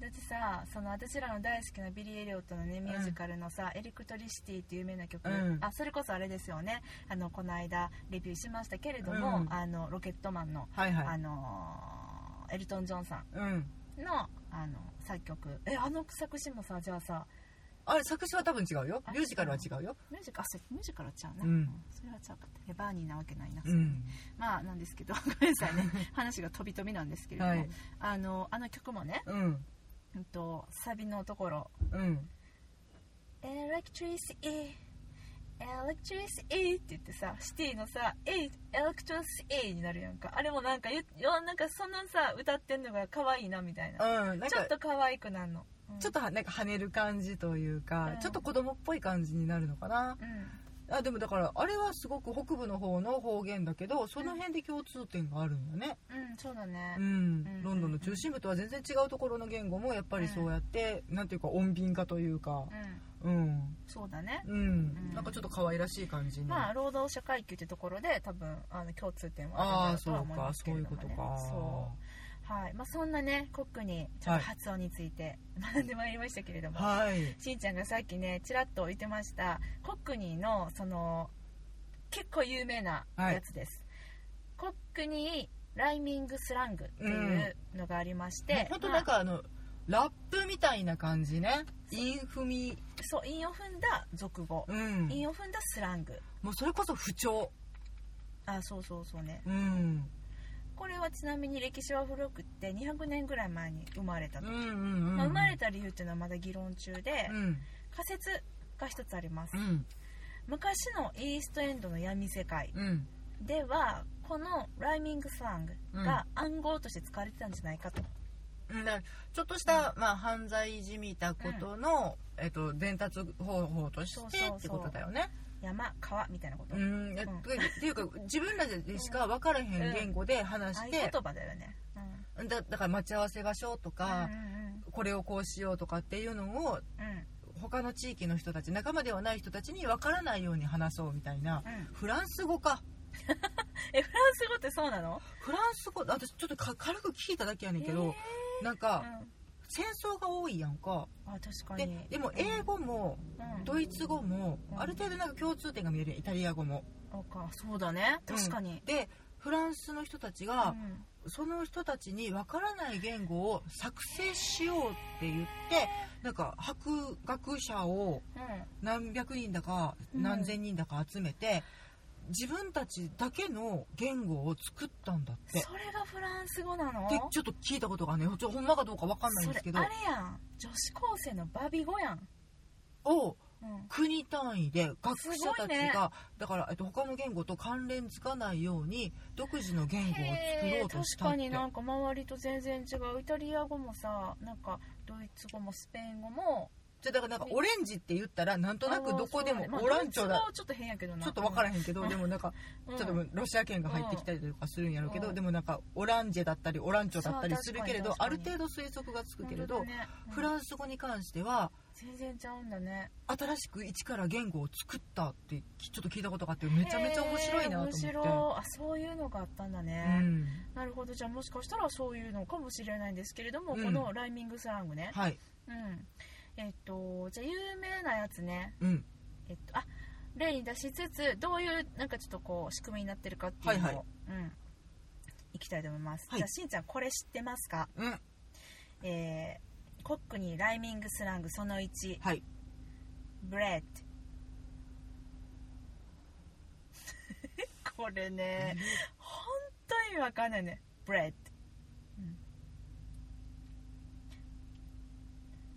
[SPEAKER 1] だってさその私らの大好きなビリー・エリオットのねミュージカルのさ「エレクトリシティ」っていう有名な曲、
[SPEAKER 2] うん
[SPEAKER 1] あそれこそあれですよねあのこの間レビューしましたけれども、
[SPEAKER 2] うん
[SPEAKER 1] あのロケットマンの、
[SPEAKER 2] はいは
[SPEAKER 1] あ
[SPEAKER 2] い
[SPEAKER 1] のーエルトン・ジョンさん
[SPEAKER 2] うん
[SPEAKER 1] のあの作曲えあの作詞もさじゃあさ
[SPEAKER 2] あれ作詞は多分違うよ
[SPEAKER 1] あ
[SPEAKER 2] ミュージカルは違うよ
[SPEAKER 1] ミュージカルあそうミュージカルはちゃうな、
[SPEAKER 2] うん
[SPEAKER 1] それはちゃうかったえバーニーなわけないな、
[SPEAKER 2] うん
[SPEAKER 1] まあなんですけど ごめんなさいね話が飛び飛びなんですけれども、
[SPEAKER 2] はい
[SPEAKER 1] あのあの曲もね、
[SPEAKER 2] うん
[SPEAKER 1] うん、とサビのところ
[SPEAKER 2] うん
[SPEAKER 1] 「Electricity」Electricity って言ってさシティのさ「8 Electricity」になるやんかあれもなんかゆよなんかそんなさ歌ってんのが可愛いなみたいな
[SPEAKER 2] うんなん
[SPEAKER 1] ちょ
[SPEAKER 2] か
[SPEAKER 1] っと可愛くなるの、うん
[SPEAKER 2] ちょっとはなんか跳ねる感じというか、
[SPEAKER 1] うん
[SPEAKER 2] ちょっと子供っぽい感じになるのかな
[SPEAKER 1] うん
[SPEAKER 2] あでもだからあれはすごく北部の方の方言だけどその辺で共通点があるんだね、
[SPEAKER 1] うんそうだね
[SPEAKER 2] うん
[SPEAKER 1] うん
[SPEAKER 2] ロンドンの中心部とは全然違うところの言語もやっぱりそうやって、なんていうか穏便化というか
[SPEAKER 1] うん
[SPEAKER 2] うん、
[SPEAKER 1] そうだね
[SPEAKER 2] うんなんかちょっと可愛らしい感じに、
[SPEAKER 1] まあ労働者階級ってところで多分あの共通点は
[SPEAKER 2] あ
[SPEAKER 1] あ
[SPEAKER 2] あ
[SPEAKER 1] るんだろうと
[SPEAKER 2] そ
[SPEAKER 1] は
[SPEAKER 2] う
[SPEAKER 1] 思い
[SPEAKER 2] か
[SPEAKER 1] ます
[SPEAKER 2] そ
[SPEAKER 1] け
[SPEAKER 2] う
[SPEAKER 1] れ
[SPEAKER 2] いう
[SPEAKER 1] ど
[SPEAKER 2] こ
[SPEAKER 1] も
[SPEAKER 2] と
[SPEAKER 1] ね
[SPEAKER 2] か
[SPEAKER 1] そうはいまあそんなねコックにちょっと発音について学んでまいりましたけれども、
[SPEAKER 2] はい
[SPEAKER 1] しんちゃんがさっきねちらっと言ってましたコックニーのその結構有名なやつです、コックニーライミングスラングっていうのがありまして、
[SPEAKER 2] 本当
[SPEAKER 1] ま
[SPEAKER 2] な
[SPEAKER 1] あ
[SPEAKER 2] んかあのラップみたいな感じねインフミ
[SPEAKER 1] そう韻を踏んだ俗語、
[SPEAKER 2] うん
[SPEAKER 1] 韻を踏んだスラング
[SPEAKER 2] もうそれこそ不調
[SPEAKER 1] あそうそうそうね
[SPEAKER 2] うん
[SPEAKER 1] これはちなみに歴史は古くって200年ぐらい前に生まれた
[SPEAKER 2] うん
[SPEAKER 1] と、
[SPEAKER 2] うんうん
[SPEAKER 1] まあ、生まれた理由っていうのはまだ議論中で、
[SPEAKER 2] うん
[SPEAKER 1] 仮説が一つあります、
[SPEAKER 2] うん
[SPEAKER 1] 昔のイーストエンドの闇世界
[SPEAKER 2] うん
[SPEAKER 1] ではこのライミングスラングが暗号として使われてたんじゃないかと、
[SPEAKER 2] うんだからちょっとした、まあ、犯罪じみたことの、えっと、伝達方法として
[SPEAKER 1] そうそうそう
[SPEAKER 2] ってことだよね。
[SPEAKER 1] 山川みたいなこと、
[SPEAKER 2] うんえっ
[SPEAKER 1] うん
[SPEAKER 2] とっていうか自分らでしか分からへん言語で話
[SPEAKER 1] 合
[SPEAKER 2] し
[SPEAKER 1] 言
[SPEAKER 2] て、
[SPEAKER 1] 葉だよね、うん
[SPEAKER 2] だだから待ち合わせ場所とか、
[SPEAKER 1] うん
[SPEAKER 2] これをこうしようとかっていうのを
[SPEAKER 1] うんうん
[SPEAKER 2] 他の地域の人たち仲間ではない人たちに分からないように話そうみたいな、
[SPEAKER 1] うん
[SPEAKER 2] フランス語か
[SPEAKER 1] えフランス語ってそうなの
[SPEAKER 2] フランス語私ちょっとか軽く聞いただけやねんけど、なん
[SPEAKER 1] え
[SPEAKER 2] か、
[SPEAKER 1] ー
[SPEAKER 2] 戦争が多いやんか
[SPEAKER 1] うん、あ確か
[SPEAKER 2] で
[SPEAKER 1] に
[SPEAKER 2] でも英語も
[SPEAKER 1] うん
[SPEAKER 2] ドイツ語もある程度なんか共通点が見えるやんイタリア語も
[SPEAKER 1] そうかそうだね確かに、
[SPEAKER 2] でフランスの人たち
[SPEAKER 1] う
[SPEAKER 2] が
[SPEAKER 1] ん
[SPEAKER 2] その人たちにわからない言語を作成しようって言ってなんか博学者を
[SPEAKER 1] うん
[SPEAKER 2] 何百人だか
[SPEAKER 1] うん
[SPEAKER 2] 何千人だか集めて、自分たちだけの言語を作ったんだって
[SPEAKER 1] それがフランス語なの
[SPEAKER 2] でちょっと聞いたことがねちょほんまかどうかわかんないんですけど
[SPEAKER 1] それあれやん女子高生のバビ語やん、
[SPEAKER 2] を
[SPEAKER 1] うん、
[SPEAKER 2] 国単位で学者た
[SPEAKER 1] すご
[SPEAKER 2] ちが、
[SPEAKER 1] いね
[SPEAKER 2] だから、えっと、他の言語と関連づかないように独自の言語を作
[SPEAKER 1] へー
[SPEAKER 2] ろうとし
[SPEAKER 1] 確
[SPEAKER 2] たっ
[SPEAKER 1] か
[SPEAKER 2] て
[SPEAKER 1] になんか周りと全然違うイタリア語もさなんかドイツ語もスペイン語も
[SPEAKER 2] でだからなんかオレンジって言ったらなんとなくどこでも
[SPEAKER 1] あーそうだねまあ
[SPEAKER 2] オランチ
[SPEAKER 1] ドイツ語
[SPEAKER 2] ョだ
[SPEAKER 1] はちょっと変やけどな
[SPEAKER 2] ちょっと分から
[SPEAKER 1] へん、
[SPEAKER 2] へんけど
[SPEAKER 1] うん
[SPEAKER 2] でもなんか
[SPEAKER 1] うん
[SPEAKER 2] ちょっともうロシア圏が入ってきたりとかするんやろうけ
[SPEAKER 1] う
[SPEAKER 2] ど
[SPEAKER 1] ん
[SPEAKER 2] でもなんかオランジェだったりオランチョだったり
[SPEAKER 1] そう
[SPEAKER 2] するけれど
[SPEAKER 1] 確か
[SPEAKER 2] あ
[SPEAKER 1] に
[SPEAKER 2] る
[SPEAKER 1] 確か
[SPEAKER 2] 程
[SPEAKER 1] に
[SPEAKER 2] 度推測がつくけれ
[SPEAKER 1] 本
[SPEAKER 2] ど
[SPEAKER 1] 当だねうん
[SPEAKER 2] フランス語に関しては
[SPEAKER 1] 全然ちゃうんだね
[SPEAKER 2] 新しく一から言語を作ったってきちょっと聞いたことがあってめちゃめちゃ面白いなと思って。
[SPEAKER 1] へー面白いあそういうのがあったんだ
[SPEAKER 2] う
[SPEAKER 1] ね、
[SPEAKER 2] ん
[SPEAKER 1] なるほどじゃあもしかしたらそういうのかもしれないんですけれども、
[SPEAKER 2] うん
[SPEAKER 1] このライミングスラングね、
[SPEAKER 2] はい、
[SPEAKER 1] うんえっとじゃあ有名なやつね
[SPEAKER 2] うん、
[SPEAKER 1] えっと、あ例に出しつつどういうなんかちょっとこう仕組みになってるかっていうのを、
[SPEAKER 2] はいはい
[SPEAKER 1] うん、いきたいと思います、
[SPEAKER 2] はい
[SPEAKER 1] じゃあしんちゃんこれ知ってますか、
[SPEAKER 2] うん、
[SPEAKER 1] えー、コックにライミングスラングその1
[SPEAKER 2] はい。
[SPEAKER 1] ブレッド これね本当にわかんないねブレッド、うん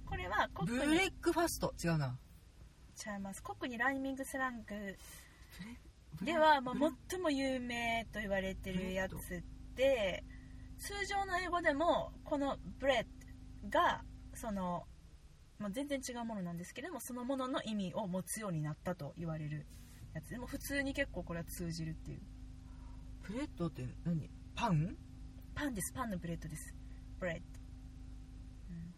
[SPEAKER 1] これはコッ
[SPEAKER 2] ブ
[SPEAKER 1] クに
[SPEAKER 2] レックファスト違うな。
[SPEAKER 1] ちゃいますコックにライミングスラングでは、まあ
[SPEAKER 2] ブレン、
[SPEAKER 1] 最も有名と言われてるやつで通常の英語でもこのブレッドがその、まあ、全然違うものなんですけれどもそのものの意味を持つようになったと言われるやつでも普通に結構これは通じるっていう
[SPEAKER 2] プレットって何パン
[SPEAKER 1] パンですパンのブレッドですブレッド、うん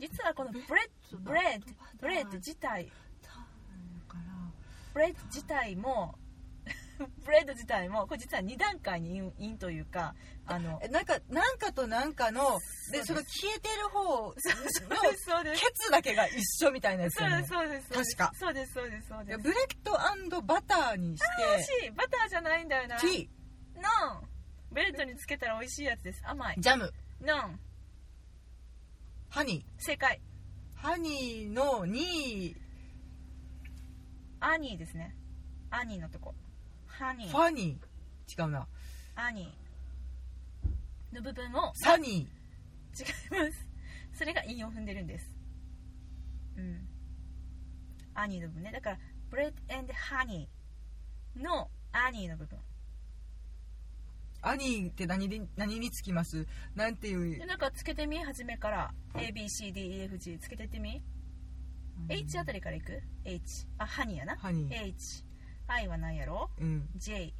[SPEAKER 1] 実はこのブレッブレッドブレッド自体
[SPEAKER 2] タンから
[SPEAKER 1] ブレッド自体も ブレッド自体もこれ実は2段階に陰陰というかあの
[SPEAKER 2] えなんかなんかとなんかのでそ
[SPEAKER 1] そう
[SPEAKER 2] の
[SPEAKER 1] で
[SPEAKER 2] 消えてる方の
[SPEAKER 1] そうですそうです
[SPEAKER 2] ケツだけが一緒みたいなやつ
[SPEAKER 1] そう
[SPEAKER 2] よ
[SPEAKER 1] で
[SPEAKER 2] ね
[SPEAKER 1] すそうですそうです
[SPEAKER 2] 確か
[SPEAKER 1] そうですそうですそう
[SPEAKER 2] い
[SPEAKER 1] で
[SPEAKER 2] や
[SPEAKER 1] す
[SPEAKER 2] ブレッドバターにし
[SPEAKER 1] 美
[SPEAKER 2] て
[SPEAKER 1] 味しいバターじゃないんだよな
[SPEAKER 2] ティー
[SPEAKER 1] ノンベルトにつけたら美味しいやつです甘い
[SPEAKER 2] ジャム
[SPEAKER 1] ノン
[SPEAKER 2] ハニ
[SPEAKER 1] 正解
[SPEAKER 2] ーハニーのに
[SPEAKER 1] アニーですねアニーのとこハニ
[SPEAKER 2] フ
[SPEAKER 1] ー
[SPEAKER 2] ァニー違うな
[SPEAKER 1] アニーの部分を
[SPEAKER 2] サニ
[SPEAKER 1] 違いますそれが韻を踏んでるんですうんアニーの部分ねだからブレッドエンドハニーのアニーの部分
[SPEAKER 2] ーアニーって何で何につきますなんていう
[SPEAKER 1] でなんかつけてみ初めから ABCDEFG つけてってみ H あたりからいく H あハニーやな
[SPEAKER 2] ハニー
[SPEAKER 1] H I は何やろ
[SPEAKER 2] うん
[SPEAKER 1] J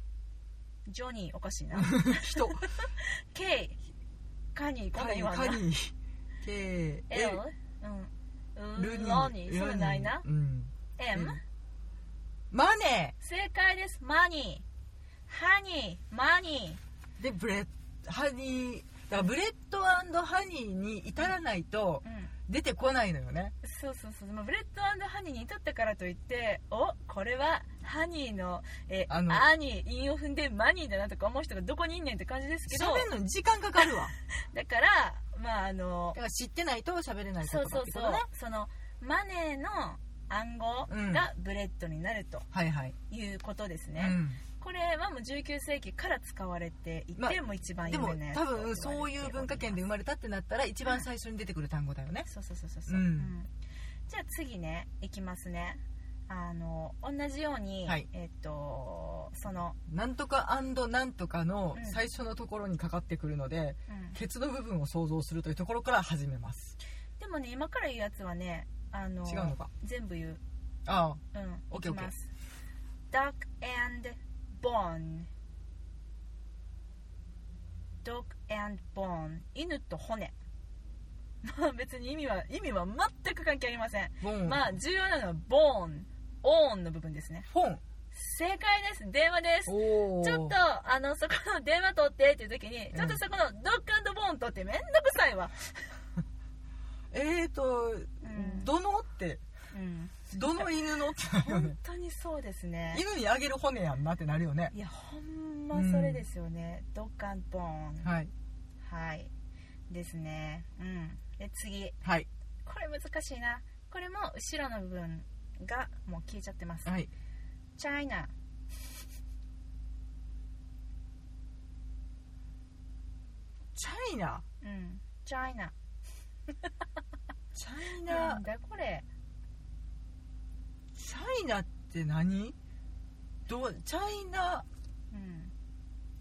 [SPEAKER 1] ジョニーおかしい な
[SPEAKER 2] 人
[SPEAKER 1] K カニーこん
[SPEAKER 2] カ
[SPEAKER 1] なん
[SPEAKER 2] ニ
[SPEAKER 1] 言わんな
[SPEAKER 2] カニー K
[SPEAKER 1] L うん
[SPEAKER 2] ルニー
[SPEAKER 1] ロニーそれないな
[SPEAKER 2] ルニーうん
[SPEAKER 1] M
[SPEAKER 2] うんマネ
[SPEAKER 1] 正解ですマニーハニーマニ
[SPEAKER 2] ーでブレッドハニーだからブレッドハニーに至らないと
[SPEAKER 1] ーうん
[SPEAKER 2] 出てこないのよね
[SPEAKER 1] そうそうそう、まあ、ブレッドハニーに至ったからといっておこれはハニーのえ
[SPEAKER 2] あの
[SPEAKER 1] アニー韻を踏んでマニーだなとか思う人がどこにいんねんって感じですけど
[SPEAKER 2] 喋るのに時間かかるわ
[SPEAKER 1] だからまああの
[SPEAKER 2] だから知ってないと喋れないこ
[SPEAKER 1] そう
[SPEAKER 2] と
[SPEAKER 1] そ
[SPEAKER 2] か
[SPEAKER 1] う
[SPEAKER 2] ってこ
[SPEAKER 1] そ
[SPEAKER 2] と
[SPEAKER 1] う
[SPEAKER 2] ね
[SPEAKER 1] そのマネーの暗号がブレッドになると
[SPEAKER 2] はいはい、
[SPEAKER 1] いうことです
[SPEAKER 2] う
[SPEAKER 1] ね、
[SPEAKER 2] ん、
[SPEAKER 1] これはもう19世紀から使われていて、
[SPEAKER 2] まあ
[SPEAKER 1] もう一番
[SPEAKER 2] で
[SPEAKER 1] 有
[SPEAKER 2] も
[SPEAKER 1] 名なやつ
[SPEAKER 2] 多
[SPEAKER 1] と言われておりま
[SPEAKER 2] 分
[SPEAKER 1] す
[SPEAKER 2] そういう文化圏で生まれたってなったら一番最初に出てくる単語だよね
[SPEAKER 1] そうそうそうそうそう、
[SPEAKER 2] うん
[SPEAKER 1] うんじゃあ次ねいきますねあの同じように、
[SPEAKER 2] はい
[SPEAKER 1] えっとその、
[SPEAKER 2] なんとかなんとかの
[SPEAKER 1] うん
[SPEAKER 2] 最初のところにかかってくるので、
[SPEAKER 1] うん
[SPEAKER 2] ケツの部分を想像するというところから始めます
[SPEAKER 1] でもね今から言うやつはねあの
[SPEAKER 2] 違うのか
[SPEAKER 1] 全部言う
[SPEAKER 2] あ
[SPEAKER 1] うん
[SPEAKER 2] オッ
[SPEAKER 1] い
[SPEAKER 2] ケ
[SPEAKER 1] き
[SPEAKER 2] ーオッケー
[SPEAKER 1] ます「duck and bone」「dog and bone」犬と骨 まあ別に意味は意味は全く関係ありません、
[SPEAKER 2] あボン、
[SPEAKER 1] まあ重要なのは「bone」「own」の部分ですね
[SPEAKER 2] フォン
[SPEAKER 1] 正解です電話です
[SPEAKER 2] おお
[SPEAKER 1] ちょっとあのそこの電話取ってっていう時に
[SPEAKER 2] うん
[SPEAKER 1] ちょっとそこのドッグアンドボーン取ってめんどくさいわ、
[SPEAKER 2] えーと、
[SPEAKER 1] ん
[SPEAKER 2] どのって
[SPEAKER 1] うん、
[SPEAKER 2] どの犬のってなるよ
[SPEAKER 1] 本
[SPEAKER 2] ね
[SPEAKER 1] 当にそうですね
[SPEAKER 2] 犬にあげる骨やんなってなるよね
[SPEAKER 1] いやほんまそれですよね、ドッグアンドボーン
[SPEAKER 2] はい
[SPEAKER 1] はいですねうんで次
[SPEAKER 2] はい
[SPEAKER 1] これ難しいなこれも後ろの部分がもう消えちゃってます、
[SPEAKER 2] はい
[SPEAKER 1] チャイナ
[SPEAKER 2] チャイナ
[SPEAKER 1] うんチャイナ
[SPEAKER 2] チャイ
[SPEAKER 1] な
[SPEAKER 2] ナ
[SPEAKER 1] んだこれ
[SPEAKER 2] チャイナって何どうチャイナ
[SPEAKER 1] うん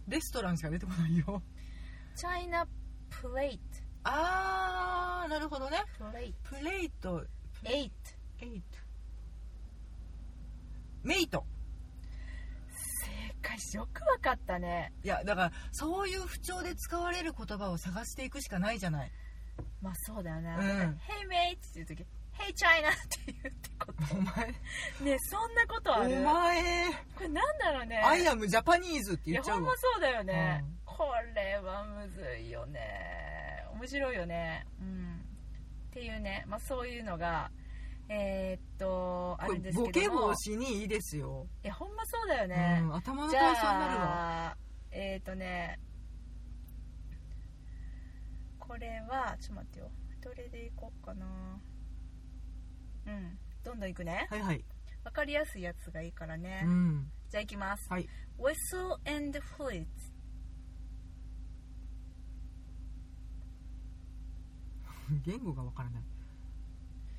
[SPEAKER 2] レストランしか出てこないよ
[SPEAKER 1] チャイナプレート
[SPEAKER 2] あーなるほどね
[SPEAKER 1] プレート
[SPEAKER 2] プレート
[SPEAKER 1] エイト
[SPEAKER 2] エイトメイト
[SPEAKER 1] 正解よくわかったね
[SPEAKER 2] いやだからそういう不調で使われる言葉を探していくしかないじゃない
[SPEAKER 1] まあそうだよな、Hey
[SPEAKER 2] うん
[SPEAKER 1] mate っていう時 Hey China って言うってこ
[SPEAKER 2] お前
[SPEAKER 1] とねそんなことある
[SPEAKER 2] お前
[SPEAKER 1] これなんだろうね
[SPEAKER 2] アイアムジャパニーズって
[SPEAKER 1] い
[SPEAKER 2] 言
[SPEAKER 1] や
[SPEAKER 2] っちゃ
[SPEAKER 1] ほ
[SPEAKER 2] うんわ
[SPEAKER 1] まそうだよね、
[SPEAKER 2] うん
[SPEAKER 1] これはむずいよね面白いよねうんっていうねまあそういうのがえー、っとあ
[SPEAKER 2] こ
[SPEAKER 1] るん
[SPEAKER 2] れ
[SPEAKER 1] です
[SPEAKER 2] ボ
[SPEAKER 1] け
[SPEAKER 2] ケ
[SPEAKER 1] ども
[SPEAKER 2] 防止にいいですよ、
[SPEAKER 1] いやほんまそうだよね、
[SPEAKER 2] うん、頭の
[SPEAKER 1] じ
[SPEAKER 2] 体
[SPEAKER 1] ゃ
[SPEAKER 2] 操になるわ
[SPEAKER 1] あえっ、ー、とねこれはちょっと待ってよどれでいこうかなうんどんどんいくね
[SPEAKER 2] はいはい、
[SPEAKER 1] わかりやすいやつがいいからね、
[SPEAKER 2] うん、
[SPEAKER 1] じゃあいきます、
[SPEAKER 2] はい
[SPEAKER 1] Whistle and flute
[SPEAKER 2] 言語がわからない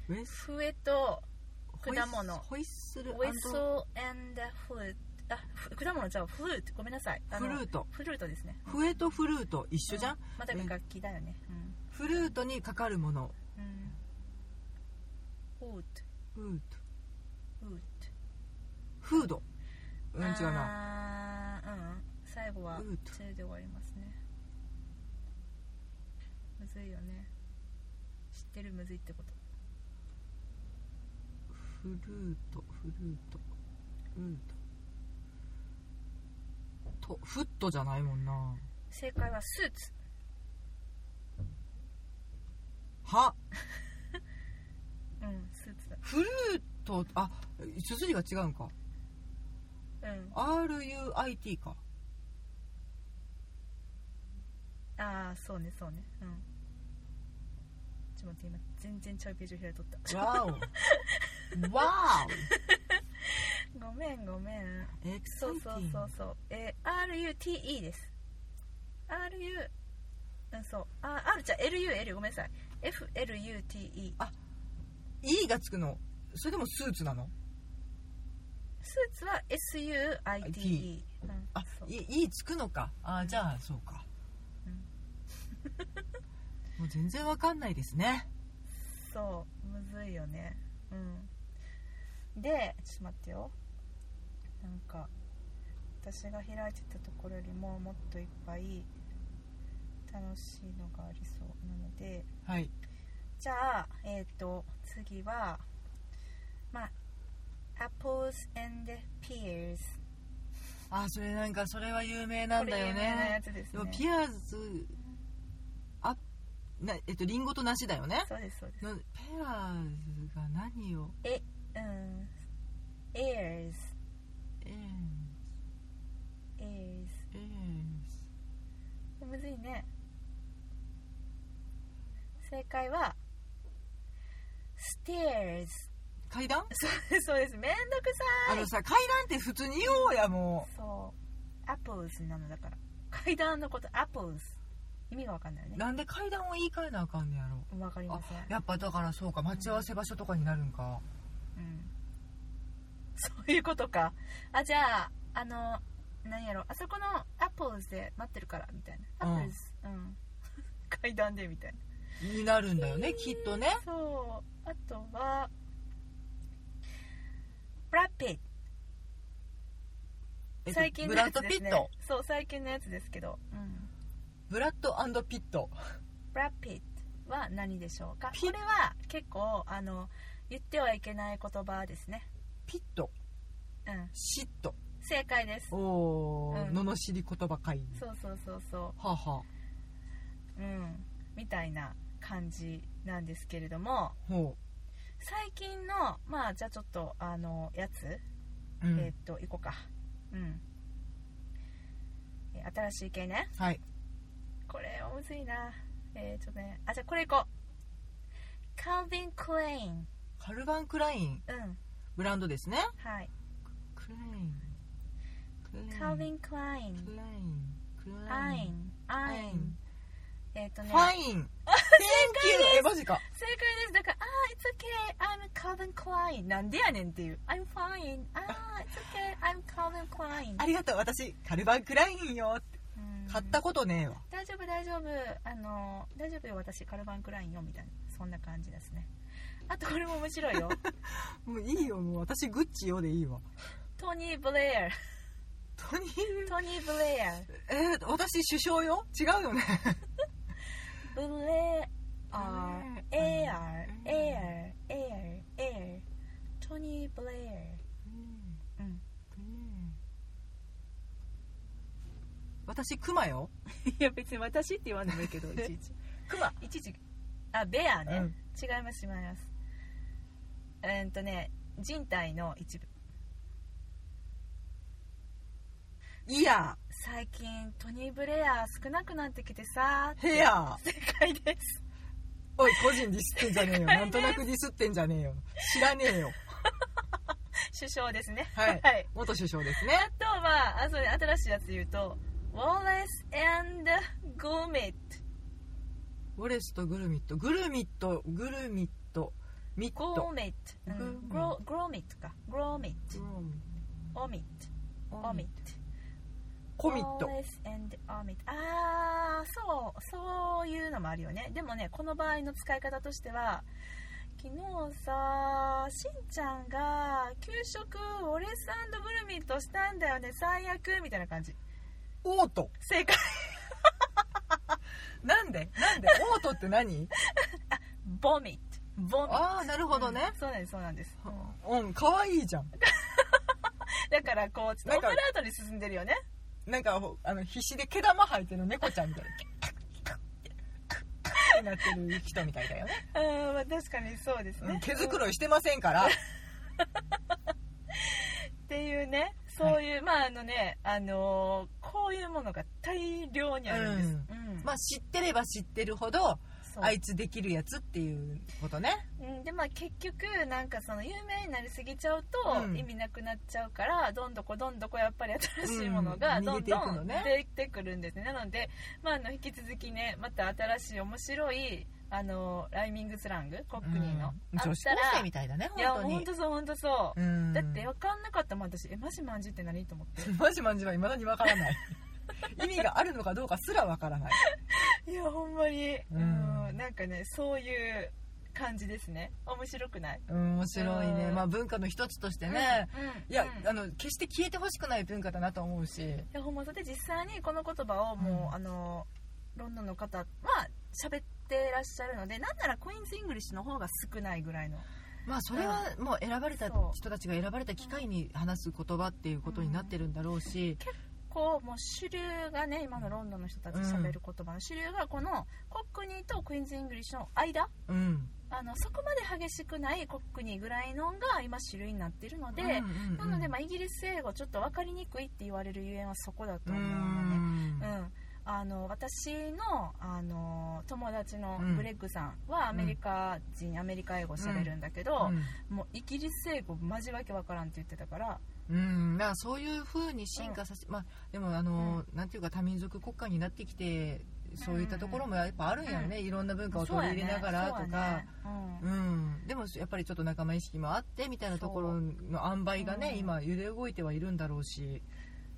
[SPEAKER 2] ウェス
[SPEAKER 1] 笛と果物
[SPEAKER 2] ホイッスル
[SPEAKER 1] Whistle and flute あふ果物じゃあフルートごめんなさいあ
[SPEAKER 2] フ
[SPEAKER 1] の
[SPEAKER 2] ルート
[SPEAKER 1] フルートですね
[SPEAKER 2] 笛とフルート一緒じゃん、
[SPEAKER 1] うまた
[SPEAKER 2] え
[SPEAKER 1] 楽器だよね
[SPEAKER 2] フルートにかかるもの
[SPEAKER 1] うん、うん、フート
[SPEAKER 2] フルート
[SPEAKER 1] フート
[SPEAKER 2] フードうん違うな
[SPEAKER 1] なうん最後は
[SPEAKER 2] フート
[SPEAKER 1] それで終わりますねむずいよね知ってるむずいってこと
[SPEAKER 2] フルートフルートフルートとフットじゃないもんな
[SPEAKER 1] 正解はスーツ
[SPEAKER 2] は
[SPEAKER 1] うんスーツだ
[SPEAKER 2] フルートあ綴りが違うんか
[SPEAKER 1] うん
[SPEAKER 2] RUIT か
[SPEAKER 1] ああそうねそうねうんちょっと待って今全然ちゃうページを開いとった
[SPEAKER 2] わ おわ
[SPEAKER 1] ごめんごめん
[SPEAKER 2] おエクサ
[SPEAKER 1] そう
[SPEAKER 2] イテ
[SPEAKER 1] そう
[SPEAKER 2] ィング
[SPEAKER 1] そうそう、えー RUTE です RU うんそうあ R じゃ LUL ごめんなさい FLUTE
[SPEAKER 2] E がつくのそれでもスーツなの
[SPEAKER 1] スーツは SUITE うん
[SPEAKER 2] あ
[SPEAKER 1] そう
[SPEAKER 2] いいいつくのかあじゃあそうか、
[SPEAKER 1] うん
[SPEAKER 2] もう全然わかんないですね
[SPEAKER 1] そうむずいよねうんでちょっと待ってよなんか私が開いてたところよりももっといっぱい楽しいのがありそうなので
[SPEAKER 2] はい
[SPEAKER 1] じゃあえっ、と次はまあ apples and pears
[SPEAKER 2] あそれなんかそれは有名なんだよね
[SPEAKER 1] これ有名なやつです
[SPEAKER 2] で
[SPEAKER 1] ね
[SPEAKER 2] もピアーズあなえっとリンゴと梨だよね
[SPEAKER 1] そうですそうです
[SPEAKER 2] のペアーズが何を
[SPEAKER 1] うん ears
[SPEAKER 2] えー
[SPEAKER 1] ears
[SPEAKER 2] えー
[SPEAKER 1] むずいね正解は stairs
[SPEAKER 2] 階段
[SPEAKER 1] そうですそうですめんどく
[SPEAKER 2] あ
[SPEAKER 1] さい
[SPEAKER 2] のさ階段って普通に言おうやも
[SPEAKER 1] そう apples なのだから階段のこと apples 意味がわかんないよ
[SPEAKER 2] う
[SPEAKER 1] ね
[SPEAKER 2] なんで階段を言い換えなあかんねやろ
[SPEAKER 1] わかりません
[SPEAKER 2] やっぱだからそうか待ち合わせ場所とかになるんか
[SPEAKER 1] うんそういうことかあじゃああのなんやろあそこの apples で待ってるからみたいな
[SPEAKER 2] うん
[SPEAKER 1] apples うん、 階段でみたいな
[SPEAKER 2] になるんだよねきっとね
[SPEAKER 1] そうあとはブラピット
[SPEAKER 2] えっと
[SPEAKER 1] 最近の
[SPEAKER 2] ブラ
[SPEAKER 1] や
[SPEAKER 2] ッ
[SPEAKER 1] つ
[SPEAKER 2] ド・
[SPEAKER 1] で
[SPEAKER 2] ピ
[SPEAKER 1] す、
[SPEAKER 2] ッ
[SPEAKER 1] ね、
[SPEAKER 2] ト
[SPEAKER 1] そう最近のやつですけど、うん、
[SPEAKER 2] ブラッドピット
[SPEAKER 1] ブラピットは何でしょうか
[SPEAKER 2] ピ
[SPEAKER 1] これは結構あの言ってはいけない言葉ですね、
[SPEAKER 2] ピット
[SPEAKER 1] うん、
[SPEAKER 2] シット
[SPEAKER 1] 正解です
[SPEAKER 2] おー、
[SPEAKER 1] うん
[SPEAKER 2] 罵り言葉会
[SPEAKER 1] そうそうそうそ
[SPEAKER 2] はあは
[SPEAKER 1] ううんみたいな感じなんですけれども
[SPEAKER 2] あほ
[SPEAKER 1] 最近のまあじゃあちょっとあのやつ
[SPEAKER 2] う、うん
[SPEAKER 1] えーっと行こうかうんえー新しい系ね
[SPEAKER 2] はい
[SPEAKER 1] これはむずいなえー、ちょっとねあじゃあこれ行こうカルビン・クレイン
[SPEAKER 2] カルバン・クライン
[SPEAKER 1] うん
[SPEAKER 2] ブランドですね
[SPEAKER 1] はい
[SPEAKER 2] クラインクライン
[SPEAKER 1] カルビン・クライン
[SPEAKER 2] クラインク
[SPEAKER 1] ア
[SPEAKER 2] ライ
[SPEAKER 1] イ
[SPEAKER 2] ン
[SPEAKER 1] ンアイ
[SPEAKER 2] アイ
[SPEAKER 1] ン
[SPEAKER 2] ン
[SPEAKER 1] えーっ、とね
[SPEAKER 2] ファイン Thank you えマジか
[SPEAKER 1] 正解ですだから「あー It's okay I'm Calvin Klein」なんでやねんっていう「I'm fine」「あー It's okay I'm Calvin Klein
[SPEAKER 2] あ」りがとう私カルバン・クラインよって
[SPEAKER 1] うん
[SPEAKER 2] 買ったことねえわ
[SPEAKER 1] 大丈夫大丈夫あの大丈夫よ私カルバン・クラインよみたいなそんな感じですねあとこれも面白い よ
[SPEAKER 2] もういいよもう私グッチよでいいわ
[SPEAKER 1] トニー・ブレ
[SPEAKER 2] トニー
[SPEAKER 1] アトニー・ブレ
[SPEAKER 2] えー、私首相よ違うよね
[SPEAKER 1] アブレア
[SPEAKER 2] ブレ
[SPEAKER 1] エ
[SPEAKER 2] ア
[SPEAKER 1] アエアエアエアトニー・ブレアうん
[SPEAKER 2] 私クマよ
[SPEAKER 1] いや別に私って言わんでもいい けどいちいち
[SPEAKER 2] クマ
[SPEAKER 1] いちいちあベアね、
[SPEAKER 2] うん
[SPEAKER 1] 違います違いますえーっとね人体の一部
[SPEAKER 2] イヤ
[SPEAKER 1] 最近トニー・ブレア少なくなってきてさ
[SPEAKER 2] ーヘアー
[SPEAKER 1] 正解です
[SPEAKER 2] おい個人ディスってんじゃねえよ
[SPEAKER 1] はい
[SPEAKER 2] なんとなくディスってんじゃねえよ知らねえよ
[SPEAKER 1] 首相ですね
[SPEAKER 2] はい元首相ですね
[SPEAKER 1] あとはあそれ新しいやつ言うとウォレスゴメッ
[SPEAKER 2] ウォレスとグルミットグルミットグルミットミッ
[SPEAKER 1] トゴ
[SPEAKER 2] ト
[SPEAKER 1] メット、うん、グログロミットかグロミット
[SPEAKER 2] グロミ
[SPEAKER 1] オミッオミット
[SPEAKER 2] コミット
[SPEAKER 1] OS and omit ああそうそういうのもあるよねでもねこの場合の使い方としては昨日さしんちゃんが給食をレスブルミットしたんだよね最悪みたいな感じ
[SPEAKER 2] オート
[SPEAKER 1] 正解
[SPEAKER 2] なんでなんでオートって何
[SPEAKER 1] ボミットボミット
[SPEAKER 2] ああなるほどね
[SPEAKER 1] うん、そうなんですそうなんです、
[SPEAKER 2] うん可愛いじゃん
[SPEAKER 1] だからこうちょっと
[SPEAKER 2] なん
[SPEAKER 1] オブ
[SPEAKER 2] か
[SPEAKER 1] ラートに進んでるよね
[SPEAKER 2] なんかほあの必死で毛玉生えてる猫ちゃんみたいな ってなってる人みたいだよね
[SPEAKER 1] うんまあ確かにそうです
[SPEAKER 2] う
[SPEAKER 1] ね
[SPEAKER 2] ん毛づくろいしてませんから
[SPEAKER 1] っていうねそういう、まああのねあのーこういうものが大量にあるんです、うん
[SPEAKER 2] まあ知ってれば知ってるほど
[SPEAKER 1] そう
[SPEAKER 2] あいつできるやつっていうことね
[SPEAKER 1] うん、でまあ結局なんかその有名になりすぎちゃう
[SPEAKER 2] う
[SPEAKER 1] と
[SPEAKER 2] ん
[SPEAKER 1] 意味なくなっちゃうから、どんどこどんどこやっぱり新しいもの
[SPEAKER 2] う
[SPEAKER 1] が
[SPEAKER 2] ん
[SPEAKER 1] ど
[SPEAKER 2] 逃
[SPEAKER 1] ん
[SPEAKER 2] げてい
[SPEAKER 1] ど
[SPEAKER 2] くの
[SPEAKER 1] ん
[SPEAKER 2] ね
[SPEAKER 1] 出てくるんですね、なので、まあ、あの引き続きねまた新しい面白いあのライミングスラングコックニーの、
[SPEAKER 2] うん
[SPEAKER 1] あ
[SPEAKER 2] 女
[SPEAKER 1] っ
[SPEAKER 2] 子
[SPEAKER 1] た
[SPEAKER 2] 高
[SPEAKER 1] ら
[SPEAKER 2] 生みたいだね
[SPEAKER 1] いや
[SPEAKER 2] 本当
[SPEAKER 1] 本
[SPEAKER 2] に
[SPEAKER 1] 当そう本当そう、
[SPEAKER 2] うん
[SPEAKER 1] だって分かんなかったもん私えマジマンジって何と思っ
[SPEAKER 2] マジマンジはいまだにわからない意味があるのかどうかすらわから ない
[SPEAKER 1] ていやほんまに、
[SPEAKER 2] うん
[SPEAKER 1] うんなんかねそういう感じですね面白くない
[SPEAKER 2] うん面白いね
[SPEAKER 1] うん
[SPEAKER 2] まあ文化の一つとしてね、
[SPEAKER 1] うん
[SPEAKER 2] いや、
[SPEAKER 1] うん
[SPEAKER 2] あの決して消えてほしくない文化だなと思うし
[SPEAKER 1] いやほんまそれで実際にこの言葉をもう、
[SPEAKER 2] うん
[SPEAKER 1] あのロンドンの方は喋ってらっしゃるのでなんならクイーンズ・イングリッシュの方が少ないぐらいの
[SPEAKER 2] まあそれはもう選ばれた
[SPEAKER 1] そう
[SPEAKER 2] 人たちが選ばれた機会に話す言葉っていうことになってるんだろうし、
[SPEAKER 1] こうもう主流がね今のロンドンの人たち喋る言葉の主流がこのコックニーとクイーンズ・イングリッシュの間
[SPEAKER 2] うん、
[SPEAKER 1] あのそこまで激しくないコックニーぐらいのが今主流になってるので、
[SPEAKER 2] うん
[SPEAKER 1] なので、ま
[SPEAKER 2] あ
[SPEAKER 1] あ、イギリス英語ちょっと分かりにくいって言われるゆえんはそこだと
[SPEAKER 2] う
[SPEAKER 1] 思うのね。
[SPEAKER 2] ん
[SPEAKER 1] うん、あの私のあの友達の
[SPEAKER 2] うん
[SPEAKER 1] グレッグさんはアメリカ人、アメリカ英語喋るんだけど、もうイギリス英語マジわけわからんって言ってたから
[SPEAKER 2] うんまあそういうふうに進化させ、まあでもあの、なんていうか多民族国家になってきてそういったところもやっぱあるんやね、いろんな文化を取り入れながらとか、
[SPEAKER 1] そうやねそうやね
[SPEAKER 2] うん、でもやっぱりちょっと仲間意識もあってみたいなところの塩梅がね、
[SPEAKER 1] うん
[SPEAKER 2] 今揺れ動いてはいるんだろうし、
[SPEAKER 1] うん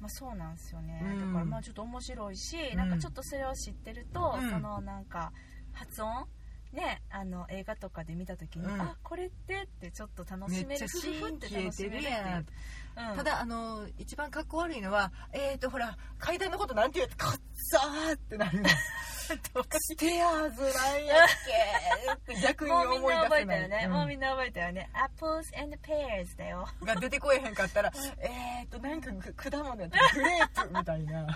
[SPEAKER 1] まあ、そうなんですよね、
[SPEAKER 2] うん
[SPEAKER 1] だからまあちょっと面白いし、
[SPEAKER 2] うん
[SPEAKER 1] なんかちょっとそれを知ってると、
[SPEAKER 2] うん
[SPEAKER 1] そのなんか発音ね、あの映画とかで見た時に、
[SPEAKER 2] うん
[SPEAKER 1] あこれってってちょっと楽
[SPEAKER 2] め
[SPEAKER 1] し
[SPEAKER 2] っ
[SPEAKER 1] め
[SPEAKER 2] ち
[SPEAKER 1] る
[SPEAKER 2] ゃシ
[SPEAKER 1] ふふ
[SPEAKER 2] ー
[SPEAKER 1] ふっ
[SPEAKER 2] ン
[SPEAKER 1] て
[SPEAKER 2] 消え
[SPEAKER 1] 楽してめる
[SPEAKER 2] る
[SPEAKER 1] って
[SPEAKER 2] やん
[SPEAKER 1] いう、うん
[SPEAKER 2] ただあの一番かっこ悪いのはえー、とほら階段のことなんて言うやつこっさーってな るのステアーズなんやっけって逆に
[SPEAKER 1] もうみん
[SPEAKER 2] 思い
[SPEAKER 1] な
[SPEAKER 2] 出
[SPEAKER 1] 覚え
[SPEAKER 2] せ
[SPEAKER 1] た
[SPEAKER 2] ない
[SPEAKER 1] よね、
[SPEAKER 2] うん
[SPEAKER 1] もうみんな覚えたよね Apples and pears だよ
[SPEAKER 2] が出てこえへんかったらえー、となんかく果物やったらグレープみたい な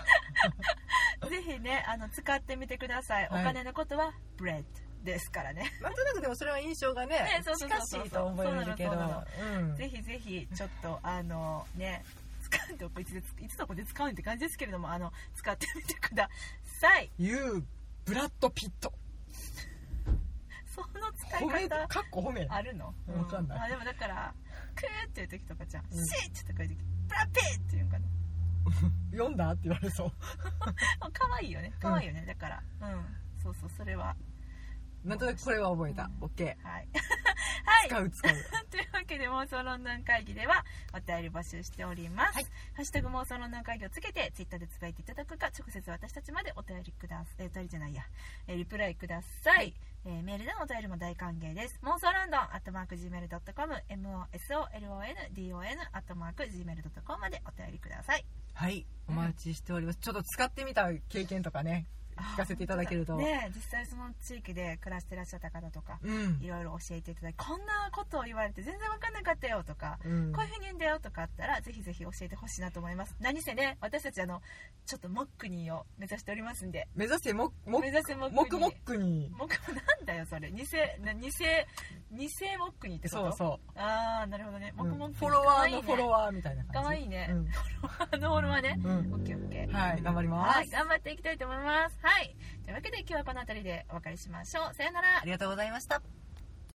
[SPEAKER 1] ぜひねあの使ってみてください、
[SPEAKER 2] はい
[SPEAKER 1] お金のことは bread ですからね、
[SPEAKER 2] なんとなくでもそれは印象がね
[SPEAKER 1] ねそうそう
[SPEAKER 2] 近
[SPEAKER 1] そうそう
[SPEAKER 2] しいと思えるけど
[SPEAKER 1] そうなの
[SPEAKER 2] うん
[SPEAKER 1] ぜひぜひちょっとあのね使うとこいつでいつどこで使うんって感じですけれどもあの使ってみてください
[SPEAKER 2] You ブラッド・ピット
[SPEAKER 1] その使
[SPEAKER 2] 褒め
[SPEAKER 1] い
[SPEAKER 2] か
[SPEAKER 1] 方
[SPEAKER 2] っこ褒め
[SPEAKER 1] あるのう
[SPEAKER 2] わかんない
[SPEAKER 1] あでもだからクーっていう時とかじゃん、
[SPEAKER 2] うん
[SPEAKER 1] シーって書いてきてブラペーっていうんかな
[SPEAKER 2] 読んだって言われそう
[SPEAKER 1] あ可愛いよね可愛いよね、だからうんそうそうそれは
[SPEAKER 2] なんとなくこれは覚えた
[SPEAKER 1] う
[SPEAKER 2] OK
[SPEAKER 1] はい はい
[SPEAKER 2] 使う使う
[SPEAKER 1] というわけで妄想ロンドン会議ではお便り募集しております、
[SPEAKER 2] はい
[SPEAKER 1] ハッシュタグ妄想ロンドン会議をつけてツイッターでつぶやいていただくか直接私たちまでお便りくださいお便りじゃないや、えーリプライください、えーメールでのお便りも大歓迎です妄想ロンドンアットマーク Gmail.com MOSOLONDON アットマーク Gmail.com までお便りください
[SPEAKER 2] はいお待ちしておりますちょっと使ってみた経験とかね聞かせていただけると
[SPEAKER 1] ねえ実際その地域で暮らしてらっしゃった方とか
[SPEAKER 2] うん
[SPEAKER 1] いろいろ教えていただいてこんなことを言われて全然分かんなかったよとか
[SPEAKER 2] うん
[SPEAKER 1] こういう風に言うんだよとかあったらぜひぜひ教えてほしいなと思います何せね私たちあのちょっとモックニーを目指しておりますんで
[SPEAKER 2] 目指せもも
[SPEAKER 1] 目指せモックニー
[SPEAKER 2] もくもっくに
[SPEAKER 1] モックなんだよそれ偽な偽偽モックニーってこ
[SPEAKER 2] そ
[SPEAKER 1] と
[SPEAKER 2] うそ
[SPEAKER 1] ああなるほどねモ
[SPEAKER 2] うう
[SPEAKER 1] ッ
[SPEAKER 2] ん
[SPEAKER 1] クモックニー
[SPEAKER 2] フォロワーの
[SPEAKER 1] か
[SPEAKER 2] フォ
[SPEAKER 1] わいいね
[SPEAKER 2] ロワーみたいな
[SPEAKER 1] かわ
[SPEAKER 2] 感
[SPEAKER 1] い
[SPEAKER 2] じ
[SPEAKER 1] いね
[SPEAKER 2] うん
[SPEAKER 1] あのフォロワーね
[SPEAKER 2] うん
[SPEAKER 1] オッケーオッケー
[SPEAKER 2] はい頑張りま
[SPEAKER 1] はい
[SPEAKER 2] す
[SPEAKER 1] 頑張っていきたいと思いますはいというわけで今日はこの辺りでお別れしましょうさよなら
[SPEAKER 2] ありがとうございました